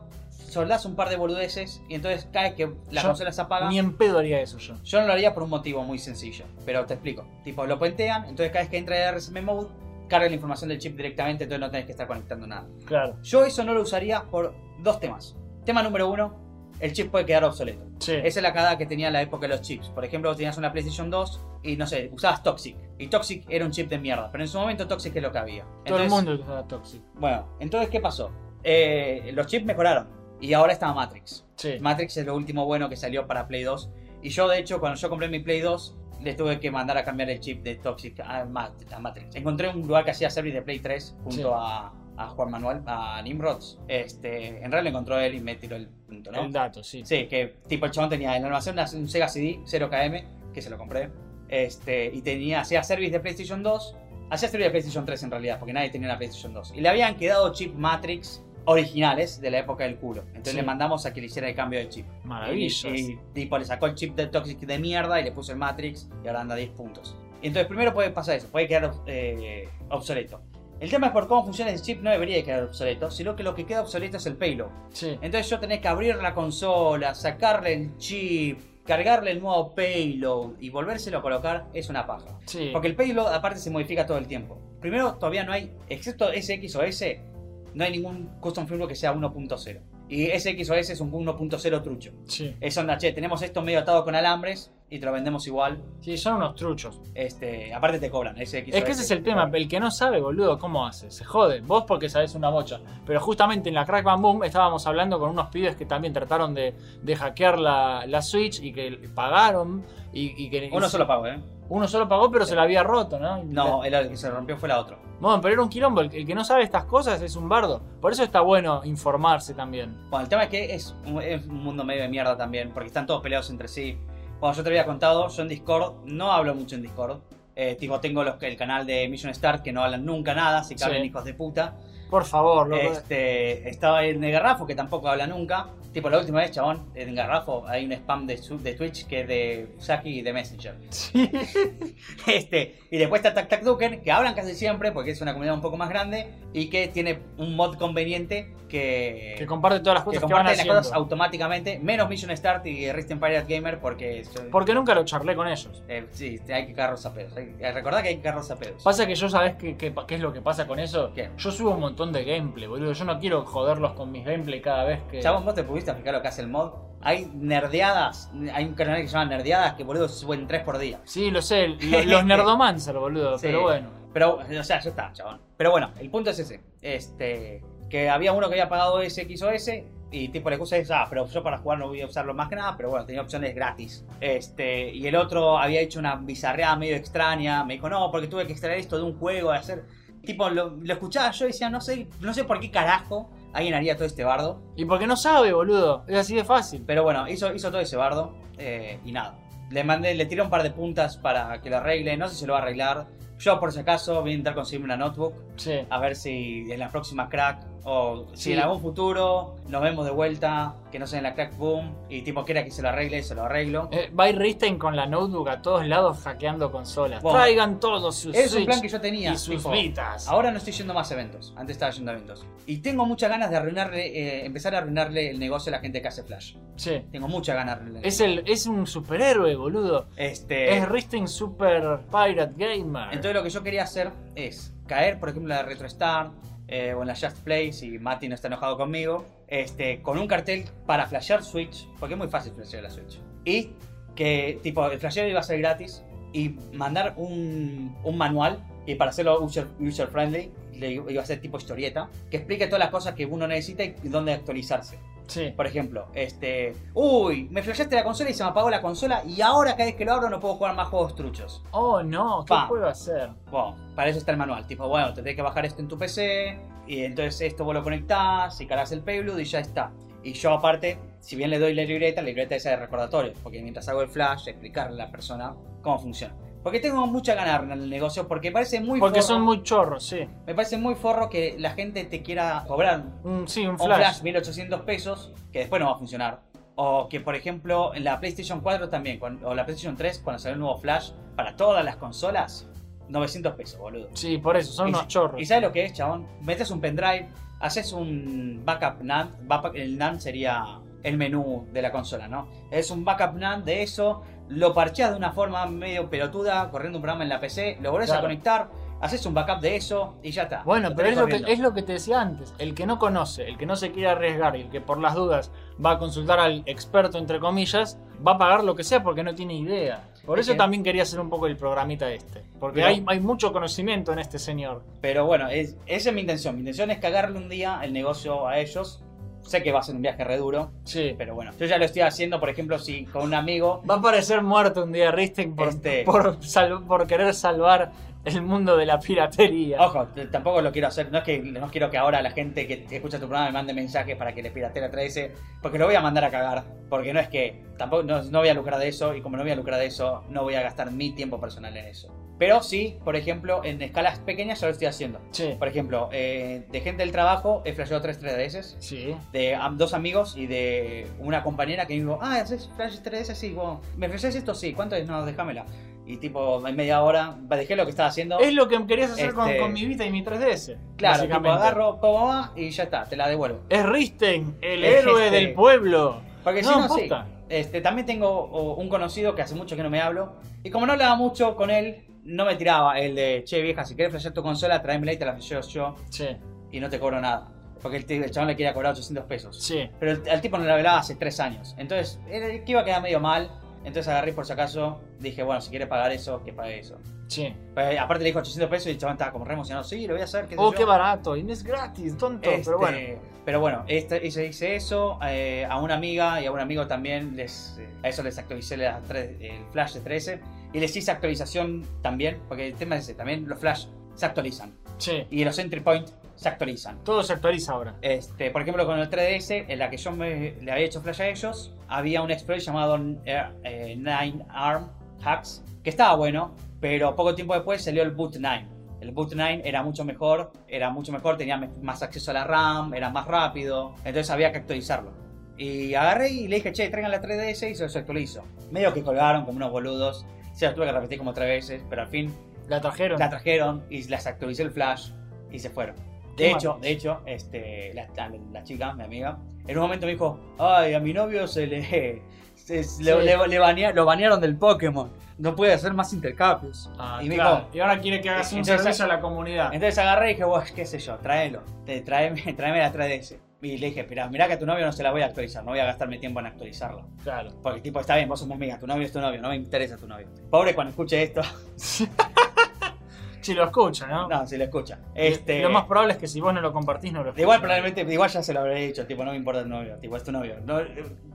soldás un par de boludeces y entonces cada vez que la
Yo
consola se apaga...
Ni en pedo haría eso yo.
Yo no lo haría por un motivo muy sencillo, pero te explico. Tipo, lo puentean, entonces cada vez que entra el RSM Mode, carga la información del chip directamente, entonces no tenés que estar conectando nada.
Claro.
Yo eso no lo usaría por dos temas. Tema número uno, el chip puede quedar obsoleto.
Sí.
Esa es la cagada que tenía la época de los chips. Por ejemplo, vos tenías una PlayStation 2 y no sé, usabas Toxic. Y Toxic era un chip de mierda, pero en su momento Toxic es lo que había.
Todo el
Entonces-
mundo está tóxico.
bueno, entonces, ¿qué pasó? Eh, los chips mejoraron y ahora está Matrix.
Sí.
Matrix es lo último bueno que salió para Play 2. Y yo, de hecho, cuando yo compré mi Play 2, le tuve que mandar a cambiar el chip de Toxic a, Mat- a Matrix. Encontré un lugar que hacía service de Play 3 junto
Sí.
a, a Juan Manuel, a Nimrods. Este, en realidad lo encontró él y me tiró el punto, ¿no?
El dato, sí.
Sí, que tipo el chabón tenía en la animación una- un Sega CD 0KM, que se lo compré. Este, y tenía, hacía service de PlayStation 2. Hacía service de PlayStation 3 en realidad, porque nadie tenía una PlayStation 2. Y le habían quedado chip Matrix originales de la época del culo. Entonces
Sí.
le mandamos a que le hiciera el cambio de chip.
Maravillas.
Y, y, tipo, le sacó el chip de Toxic de mierda y le puso el Matrix y ahora anda a 10 puntos. Y entonces primero puede pasar eso, puede quedar eh, obsoleto. El tema es por cómo funciona ese chip no debería de quedar obsoleto, sino que lo que queda obsoleto es el payload.
Sí.
Entonces yo tenés que abrir la consola, sacarle el chip, cargarle el nuevo payload y volvérselo a colocar es una paja.
Sí.
Porque el payload aparte se modifica todo el tiempo. Primero, todavía no hay, excepto SX o S, no hay ningún custom firmware que sea 1.0. Y SX o S es un 1.0 trucho.
Sí.
Es onda, che, tenemos esto medio atado con alambres y te lo vendemos igual.
Sí, son unos truchos.
Este, aparte te cobran SX
Es que ese es el tema. El que no sabe, boludo, ¿cómo hace? Se jode. Vos porque sabés una bocha. Pero justamente en la Crack Bam Boom estábamos hablando con unos pibes que también trataron de, de hackear la, la Switch y que pagaron. Y, y que
Uno solo pago, ¿eh?
uno solo pagó, pero se la había roto, ¿no?
No, el que se rompió fue la otra.
Bueno, pero era un quilombo. El, el que no sabe estas cosas es un bardo. Por eso está bueno informarse también.
Bueno, el tema es que es un, es un mundo medio de mierda también, porque están todos peleados entre sí. Bueno, yo te había contado, yo en Discord no hablo mucho en Discord. Eh, tipo, tengo los, el canal de Mission Start que no hablan nunca nada, se caben
Sí.
hijos de puta.
Por favor, loco.
Este, estaba en el garrafo, que tampoco habla nunca. Tipo, la última vez, chabón, en el garrafo hay un spam de, su- de Twitch que es de Saki y de Messenger. Este, y después está Tac Tac Duken, que hablan casi siempre porque es una comunidad un poco más grande y que tiene un mod conveniente que,
que comparte todas las
que
cosas que, van
comparte las
haciendo.
cosas automáticamente, menos Mission Start y Risten Pirate Gamer porque son-
Porque nunca lo charlé con ellos.
eh, sí, hay que carros a pedos. Hay- recordá que hay que carros a pedos.
Pasa que yo sabes qué, qué, qué es lo que pasa con eso.
¿Qué?
Yo subo un montón de gameplay, boludo. Yo no quiero joderlos con mis gameplay cada vez que.
Chabón, vos te pudiste fijar lo que hace el mod. Hay nerdeadas, hay un canal que se llama Nerdeadas que boludo suben tres por día.
Sí, lo sé, lo- los Nerdomancer, boludo,
Sí.
pero bueno.
Pero, o sea, ya está, chabón. Pero bueno, el punto es ese. Este, que había uno que había pagado SXOS y tipo la excusa es, ah, pero yo para jugar no voy a usarlo más que nada, pero bueno, tenía opciones gratis. Este, y el otro había hecho una bizarreada medio extraña, me dijo, no, porque tuve que extraer esto de un juego, de hacer... Tipo, lo, lo escuchaba yo y decía, no sé, no sé por qué carajo alguien haría todo este bardo.
Y porque no sabe, boludo. Es así de fácil.
Pero bueno, hizo, hizo todo ese bardo eh, y nada. Le mandé, le tiré un par de puntas para que lo arregle, no sé si lo va a arreglar. Yo por si acaso voy a intentar conseguirme una notebook,
Sí.
a ver si en la próxima crack o si
Sí.
en algún futuro nos vemos de vuelta, que no sea en la crack boom y tipo quiera que se lo arregle, se lo arreglo.
Eh, va a ir Ristein con la notebook a todos lados hackeando consolas.
Bueno.
Traigan todos sus
Es un
Switch
plan que yo tenía.
y sus
tipo,
vitas.
Ahora no estoy yendo más a eventos, antes estaba yendo a eventos. Y tengo muchas ganas de arruinarle, eh, empezar a arruinarle el negocio a la gente que hace Flash.
Sí.
Tengo muchas ganas de arruinarle.
Es, el, es un superhéroe, boludo.
este,
Es Ristein Super Pirate Gamer.
Entonces lo que yo quería hacer es caer, por ejemplo, en la RetroStar eh, o en la Just Play, si Mati no está enojado conmigo, este, con un cartel para flashear Switch, porque es muy fácil flashear la Switch. Y que, tipo, el flasheo iba a ser gratis y mandar un, un manual y para hacerlo user, user friendly le iba a ser tipo historieta que explique todas las cosas que uno necesita y dónde actualizarse.
sí.
Por ejemplo, este, uy, me flasheaste la consola y se me apagó la consola y ahora cada vez que lo abro no puedo jugar más juegos truchos.
Oh, no, ¿qué
Pa.
puedo hacer?
Bueno, para eso está el manual. Tipo, bueno, te tenés que bajar esto en tu PC. Y entonces esto vos lo conectás y cargas el payload y ya está. Y yo aparte, si bien le doy la libreta, la libreta esa de recordatorio. Porque mientras hago el flash, explicarle a la persona cómo funciona. Porque tengo mucha ganas en el negocio porque parece muy
Porque
forro-
son muy chorros, sí.
me parece muy forro que la gente te quiera cobrar
Un- sí, un
un
flash.
flash 1800 pesos que después no va a funcionar. O que, por ejemplo, en la PlayStation 4 también, cuan- o la PlayStation 3, cuando salió el nuevo flash para todas las consolas, 900 pesos, boludo.
Sí, por eso, son
Y-
unos chorros.
¿Y sabes lo que es, chabón? Metes un pendrive, haces un backup NAND. backup- el NAND sería el menú de la consola, ¿no? Es un backup NAND de eso, lo parcheas de una forma medio pelotuda, corriendo un programa en la PC, lo volvés a
Claro.
conectar, haces un backup de eso y ya está.
Bueno,
Lo
pero es
tenés
lo, que,
corriendo.
es lo que te decía antes. El que no conoce, el que no se quiere arriesgar y el que por las dudas va a consultar al experto, entre comillas, va a pagar lo que sea porque no tiene idea. Por
Es
eso
que-
también quería hacer un poco el programita este. Porque
Pero-
hay, hay mucho conocimiento en este señor.
Pero bueno, es- esa es mi intención. Mi intención es cagarle un día el negocio a ellos. Sé que va a ser un viaje re duro,
Sí.
pero bueno, yo ya lo estoy haciendo, por ejemplo, si con un amigo
Va a parecer muerto un día Ristek por,
Este-
por, sal- por querer salvar el mundo de la piratería.
Ojo, t- tampoco lo quiero hacer. No es que no quiero que ahora la gente que escucha tu programa me mande mensajes para que le piratee la 13, porque lo voy a mandar a cagar. Porque no es que tampoco no, no voy a lucrar de eso y como no voy a lucrar de eso, no voy a gastar mi tiempo personal en eso. Pero sí, por ejemplo, en escalas pequeñas ya lo estoy haciendo.
Sí.
Por ejemplo, eh, de gente del trabajo he flasheado 3 3DS
Sí.
de am- dos amigos y de una compañera que me dijo, ah, ¿haces Flash 3DS? Sí, bueno, ¿me flasheas esto? Sí, ¿cuánto es? No, déjamela. Y tipo, en media hora, dejé lo que estaba haciendo.
Es lo que querías hacer con,
Este-
con mi Vita y mi 3DS.
Claro, tipo,
básicamente.
agarro, como va y ya está, te la devuelvo.
Es Risten, el
Es
héroe
este.
del pueblo.
Porque
No,
si no, sí.
posta.
Este, también tengo o, un conocido que hace mucho que no me hablo. Y como no hablaba mucho con él, no me tiraba el de, che vieja, si quieres flashear tu consola, tráemela y te la flasheo yo
Sí,
y no te cobro nada. Porque el, t- el chabón le quería cobrar 800 pesos.
sí.
Pero el, al tipo no la hablaba hace 3 años. Entonces, era el que iba a quedar medio mal. Entonces agarré por si acaso, dije, bueno, si quiere pagar eso, que pague eso.
Sí.
Pero, aparte le dijo 800 pesos y el chabón estaba como re emocionado. Sí, lo voy a hacer. qué sé
Oh,
yo".
qué barato. Y no es gratis, tonto.
Este,
Pero bueno.
pero bueno, este, hice, hice eso. eh, a una amiga y a un amigo también les, eh, a eso les actualicé las tres- el flash de 13. Y les hice actualización también, porque el tema es ese, también los flash se actualizan.
Sí.
Y los entry point se actualizan.
Todo se actualiza ahora.
Este, por ejemplo, con el 3DS, en la que yo me, le había hecho flash a ellos, había un exploit llamado eh, eh, Nine Arm Hacks, que estaba bueno, pero poco tiempo después salió el Boot 9. El Boot 9 era mucho mejor, era mucho mejor, tenía me- más acceso a la RAM, era más rápido, entonces había que actualizarlo. Y agarré y le dije, che, traigan la 3DS y se los actualizo. Medio que colgaron como unos boludos, se las tuve que repetir como tres veces, pero al fin
La trajeron.
la trajeron y las actualicé el flash y se fueron.
Qué
De hecho, de hecho, este, la, la- la chica, mi amiga, en un momento me dijo, ay, a mi novio se le, se- se- le- le- le banea- lo banearon del Pokémon, no puede hacer más intercambios.
Ah,
y me
claro.
dijo, eh,
y ahora quiere que hagas un
Entonces-
servicio a la comunidad.
entonces agarré y dije, "Buah, qué sé yo, tráelo, te, tráeme, tráeme la 3DS. Y le dije, mirá, mirá que a tu novio no se la voy a actualizar, no voy a gastar mi tiempo en actualizarla.
Claro.
Porque tipo, está bien, vos sos mi amiga, tu novio es tu novio, no me interesa tu novio. Pobre cuando escuche esto,
Si lo escucha, ¿no?
no, si lo escucha. Este,
Lo más probable es que si vos no lo compartís, no lo escuchas.
Igual probablemente, igual ya se lo habré dicho, tipo, no me importa tu novio, tipo, es tu novio. No,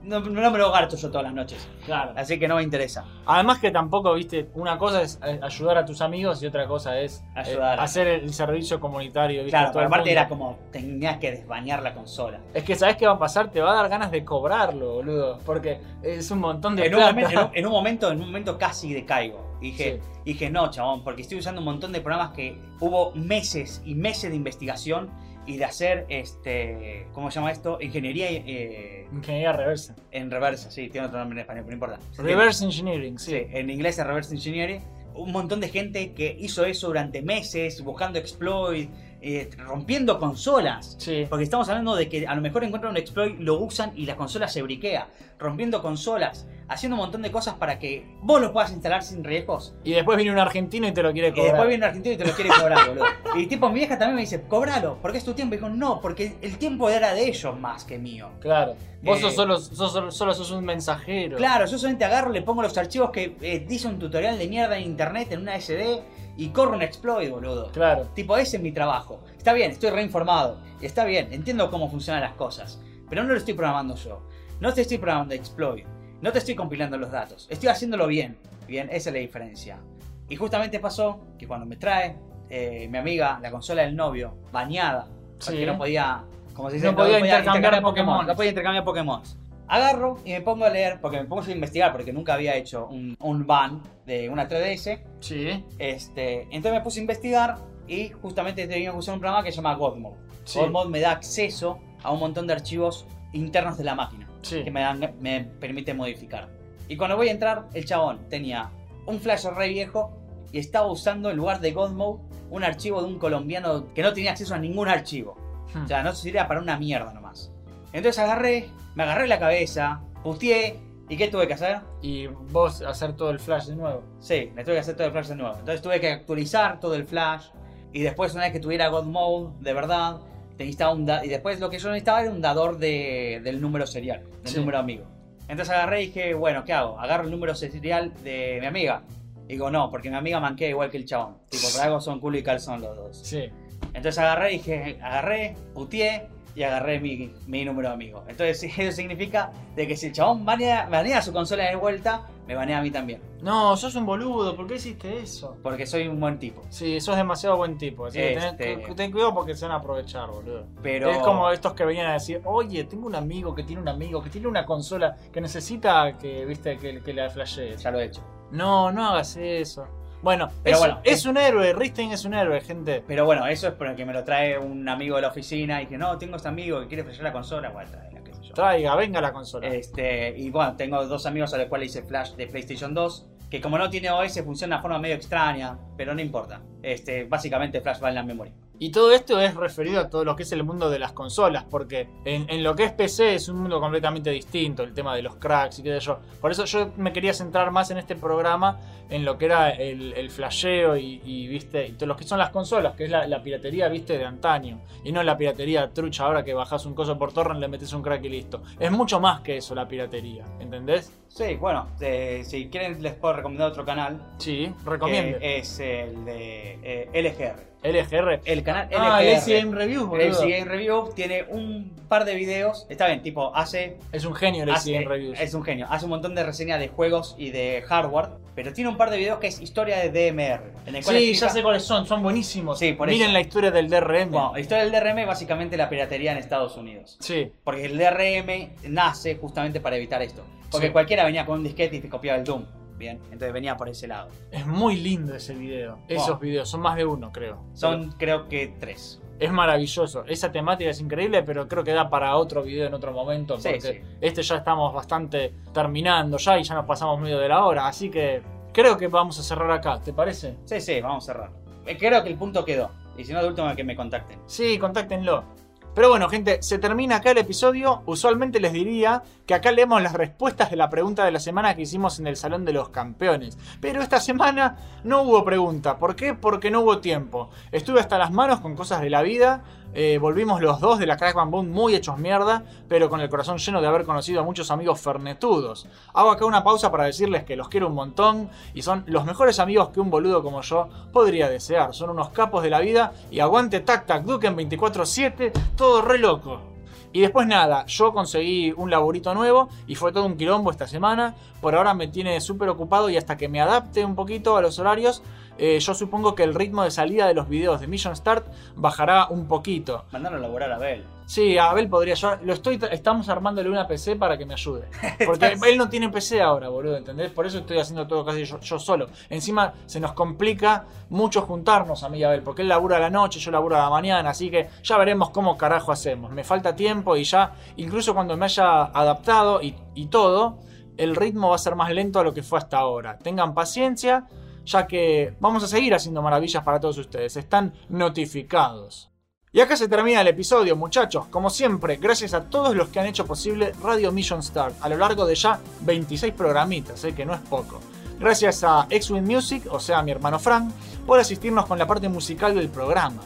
no, no me lo garcho yo todas las noches,
Claro.
así que no me interesa.
Además que tampoco, viste, una cosa es eh, ayudar a tus amigos y otra cosa es eh,
Ayudar.
hacer el servicio comunitario. ¿viste? a
Claro,
todo
pero
el
aparte
mundo.
era como, tenías que desbañar la consola.
Es que sabés qué va a pasar, te va a dar ganas de cobrarlo, boludo. Porque es un montón de
En un,
plata.
momento, en, un, en un momento, en un momento casi decaigo. Dije, dije, no, chabón, porque estoy usando un montón de programas que hubo meses y meses de investigación y de hacer, este, ¿cómo se llama esto? Ingeniería eh,
Ingeniería reversa.
en reversa, sí, tiene otro nombre en español, pero no importa. Se entiende.
Reverse engineering, sí.
Sí, en inglés es reverse engineering. Un montón de gente que hizo eso durante meses, buscando exploit, eh, rompiendo consolas.
Sí.
Porque estamos hablando de que a lo mejor encuentran un exploit, lo usan y la consola se briquea. Rompiendo consolas, haciendo un montón de cosas para que vos lo puedas instalar sin riesgos.
Y después viene un argentino y te lo quiere
Y
cobrar.
después viene un argentino y te lo quiere cobrar, boludo. Y tipo, mi vieja también me dice, cobralo, porque es tu tiempo. Y dijo, no, porque el tiempo era de ellos más que mío.
Claro. Vos
Eh,
sos solo, sos, solo- solo sos un mensajero.
Claro, yo solamente agarro, le pongo los archivos que eh, dice un tutorial de mierda en internet en una SD y corro un exploit, boludo.
Claro.
Tipo, ese es mi trabajo. Está bien, estoy reinformado. Está bien, entiendo cómo funcionan las cosas. Pero no lo estoy programando yo. No te estoy programando exploit. No te estoy compilando los datos. Estoy haciéndolo bien. Bien, esa es la diferencia. Y justamente pasó que cuando me trae eh, mi amiga la consola del novio, bañada, porque
Sí.
no podía, como se dice,
No podía intercambiar Pokémon.
No podía intercambiar Pokémon. Agarro y me pongo a leer, porque me pongo a investigar, porque nunca había hecho un, un ban de una 3DS.
Sí.
Este, entonces me puse a investigar y justamente tenía que usar un programa que se llama Godmode.
Sí.
Godmode me da acceso a un montón de archivos internos de la máquina
Sí.
que me, dan- me permite modificar. Y cuando voy a entrar, el chabón tenía un flash re viejo y estaba usando en lugar de Godmode un archivo de un colombiano que no tenía acceso a ningún archivo.
Hmm.
O sea, no servía para una mierda nomás. Entonces agarré, me agarré la cabeza, puteé y ¿qué tuve que hacer?
Y vos hacer todo el flash de nuevo.
Sí, le tuve que hacer todo el flash de nuevo. Entonces tuve que actualizar todo el flash. Y después, una vez que tuviera God Mode, de verdad, te necesitaba un da- Y después lo que yo necesitaba era un dador de- del número serial, del
Sí.
número amigo. Entonces agarré y dije, bueno, ¿qué hago? Agarro el número serial de mi amiga. Y digo, no, porque mi amiga manquea igual que el chabón. Tipo, por algo son culo y calzón los dos.
Sí.
Entonces agarré y dije, agarré, puteé y agarré mi, mi número de amigo. Entonces eso significa de que si el chabón banea, banea su consola de vuelta, me banea a mí también.
No, sos un boludo. ¿Por qué hiciste eso?
Porque soy un buen tipo.
Sí, sos demasiado buen tipo. Así que tenés-
Este.
cu- ten cuidado porque se van a aprovechar, boludo.
Pero
Es como estos que venían a decir, oye, tengo un amigo que tiene un amigo que tiene una consola que necesita que, viste, que, que la flashees.
ya lo he hecho.
No, no hagas eso. Bueno,
Pero
es,
bueno,
es
es-
un héroe, Risten es un héroe, gente.
Pero bueno, eso es porque me lo trae un amigo de la oficina y que no, tengo este amigo que quiere flashear la consola, bueno, tráela, qué sé yo.
Traiga, venga la consola.
Este, y bueno, tengo dos amigos a los cuales hice flash de PlayStation 2, que como no tiene OS funciona de forma medio extraña, pero no importa. Este, básicamente flash va en la memoria.
Y todo esto es referido a todo lo que es el mundo de las consolas, porque en, en lo que es PC es un mundo completamente distinto, el tema de los cracks y qué sé yo. Por eso yo me quería centrar más en este programa, en lo que era el, el flasheo y, y, viste, y todo lo que son las consolas, que es la, la piratería, viste, de antaño. Y no la piratería trucha ahora que bajás un coso por torrent, le metes un crack y listo. Es mucho más que eso la piratería, ¿entendés?
Sí, bueno, eh, si quieren les puedo recomendar otro canal,
Sí, recomiendo.
que es el de eh, LGR.
LGR.
El canal LGR.
Ah, el LCM Reviews, boludo.
El CGN Review tiene un par de videos, está bien, tipo, hace
Es un genio el
Hace-
LCM Reviews.
Es un genio. Hace un montón de reseñas de juegos y de hardware, pero tiene un par de videos que es historia de DMR. En el cual
Sí,
explica-
ya sé cuáles son, son buenísimos.
Sí, por
Miren
eso.
la historia del DRM.
Bueno, la historia del DRM es básicamente la piratería en Estados Unidos.
Sí,
Porque el DRM nace justamente para evitar esto. Porque
Sí.
cualquiera venía con un disquete y te copiaba el Doom. Bien, entonces venía por ese lado.
Es muy lindo ese video. Esos videos, son más de uno, creo.
Son creo que tres.
Es maravilloso. Esa temática es increíble, pero creo que da para otro video en otro momento.
Sí,
Porque
sí.
este ya estamos bastante terminando ya y ya nos pasamos medio de la hora. Así que creo que vamos a cerrar acá, ¿te parece?
Sí, sí, vamos a cerrar. Eh, Creo que el punto quedó. Y si no, de último que me contacten.
Sí, contáctenlo. Pero bueno, gente, se termina acá el episodio. Usualmente les diría que acá leemos las respuestas de la pregunta de la semana que hicimos en el Salón de los Campeones. Pero esta semana no hubo pregunta. ¿Por qué? Porque no hubo tiempo. Estuve hasta las manos con cosas de la vida. eh, volvimos los dos de la Crack Band Boom muy hechos mierda, pero con el corazón lleno de haber conocido a muchos amigos fernetudos. Hago acá una pausa para decirles que los quiero un montón y son los mejores amigos que un boludo como yo podría desear. Son unos capos de la vida y aguante Tac Tac Duke en 24-7, todo re loco. Y después nada, yo conseguí un laburito nuevo y fue todo un quilombo esta semana. Por ahora me tiene súper ocupado y hasta que me adapte un poquito a los horarios, eh, yo supongo que el ritmo de salida de los videos de Mission Start bajará un poquito.
Mandaron a laburar a Bel.
Sí, a Abel podría yo. Lo estoy, estamos armándole una PC para que me ayude. Porque él no tiene PC ahora, boludo, ¿entendés? Por eso estoy haciendo todo casi yo, yo solo. Encima se nos complica mucho juntarnos a mí y a Abel, porque él labura a la noche, yo laburo a la mañana, así que ya veremos cómo carajo hacemos. Me falta tiempo y ya, incluso cuando me haya adaptado y, y todo, el ritmo va a ser más lento a lo que fue hasta ahora. Tengan paciencia, ya que vamos a seguir haciendo maravillas para todos ustedes. Están notificados. Y acá se termina el episodio, muchachos. Como siempre, gracias a todos los que han hecho posible Radio Mission Start a lo largo de ya 26 programitas, eh, que no es poco. Gracias a X-Wing Music, o sea, a mi hermano Frank, por asistirnos con la parte musical del programa.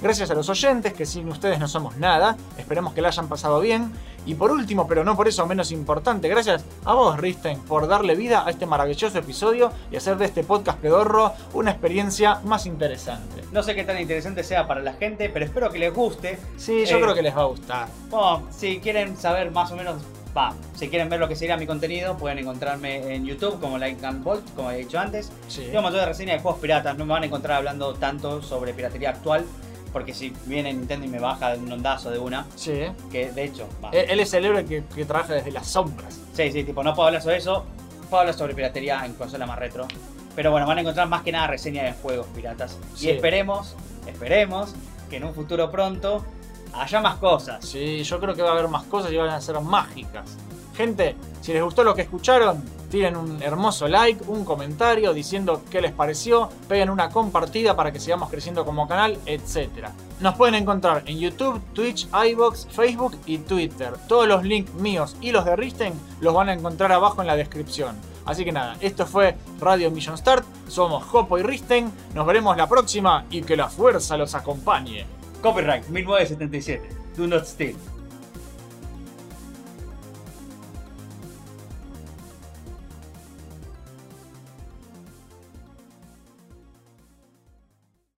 Gracias a los oyentes, que sin ustedes no somos nada. Esperemos que la hayan pasado bien. Y por último, pero no por eso menos importante, gracias a vos, Risten, por darle vida a este maravilloso episodio y hacer de este podcast pedorro una experiencia más interesante.
No sé qué tan interesante sea para la gente, pero espero que les guste.
Sí, yo
Eh,
creo que les va a gustar.
Bueno, Oh, si quieren saber más o menos, va, si quieren ver lo que sería mi contenido, pueden encontrarme en YouTube como Like and Bolt, como he dicho antes.
Sí.
Yo montón de reseña de juegos piratas, no me van a encontrar hablando tanto sobre piratería actual, porque si viene Nintendo y me baja de un ondazo de una,
Sí. ¿eh?
que de hecho, va.
Él él es el héroe que, que trabaja desde las sombras.
Sí, sí, tipo, no puedo hablar sobre eso, puedo hablar sobre piratería en consola más retro. Pero bueno, van a encontrar más que nada reseña de juegos piratas.
Sí.
Y esperemos, esperemos que en un futuro pronto haya más cosas.
Sí, yo creo que va a haber más cosas y van a ser mágicas. Gente, si les gustó lo que escucharon, tiren un hermoso like, un comentario diciendo qué les pareció, peguen una compartida para que sigamos creciendo como canal, etc. Nos pueden encontrar en YouTube, Twitch, iBox, Facebook y Twitter. Todos los links míos y los de Risten los van a encontrar abajo en la descripción. Así que nada, esto fue Radio Mission Start, somos Jopo y Risten, nos veremos la próxima y que la fuerza los acompañe.
Copyright 1977. Do not steal.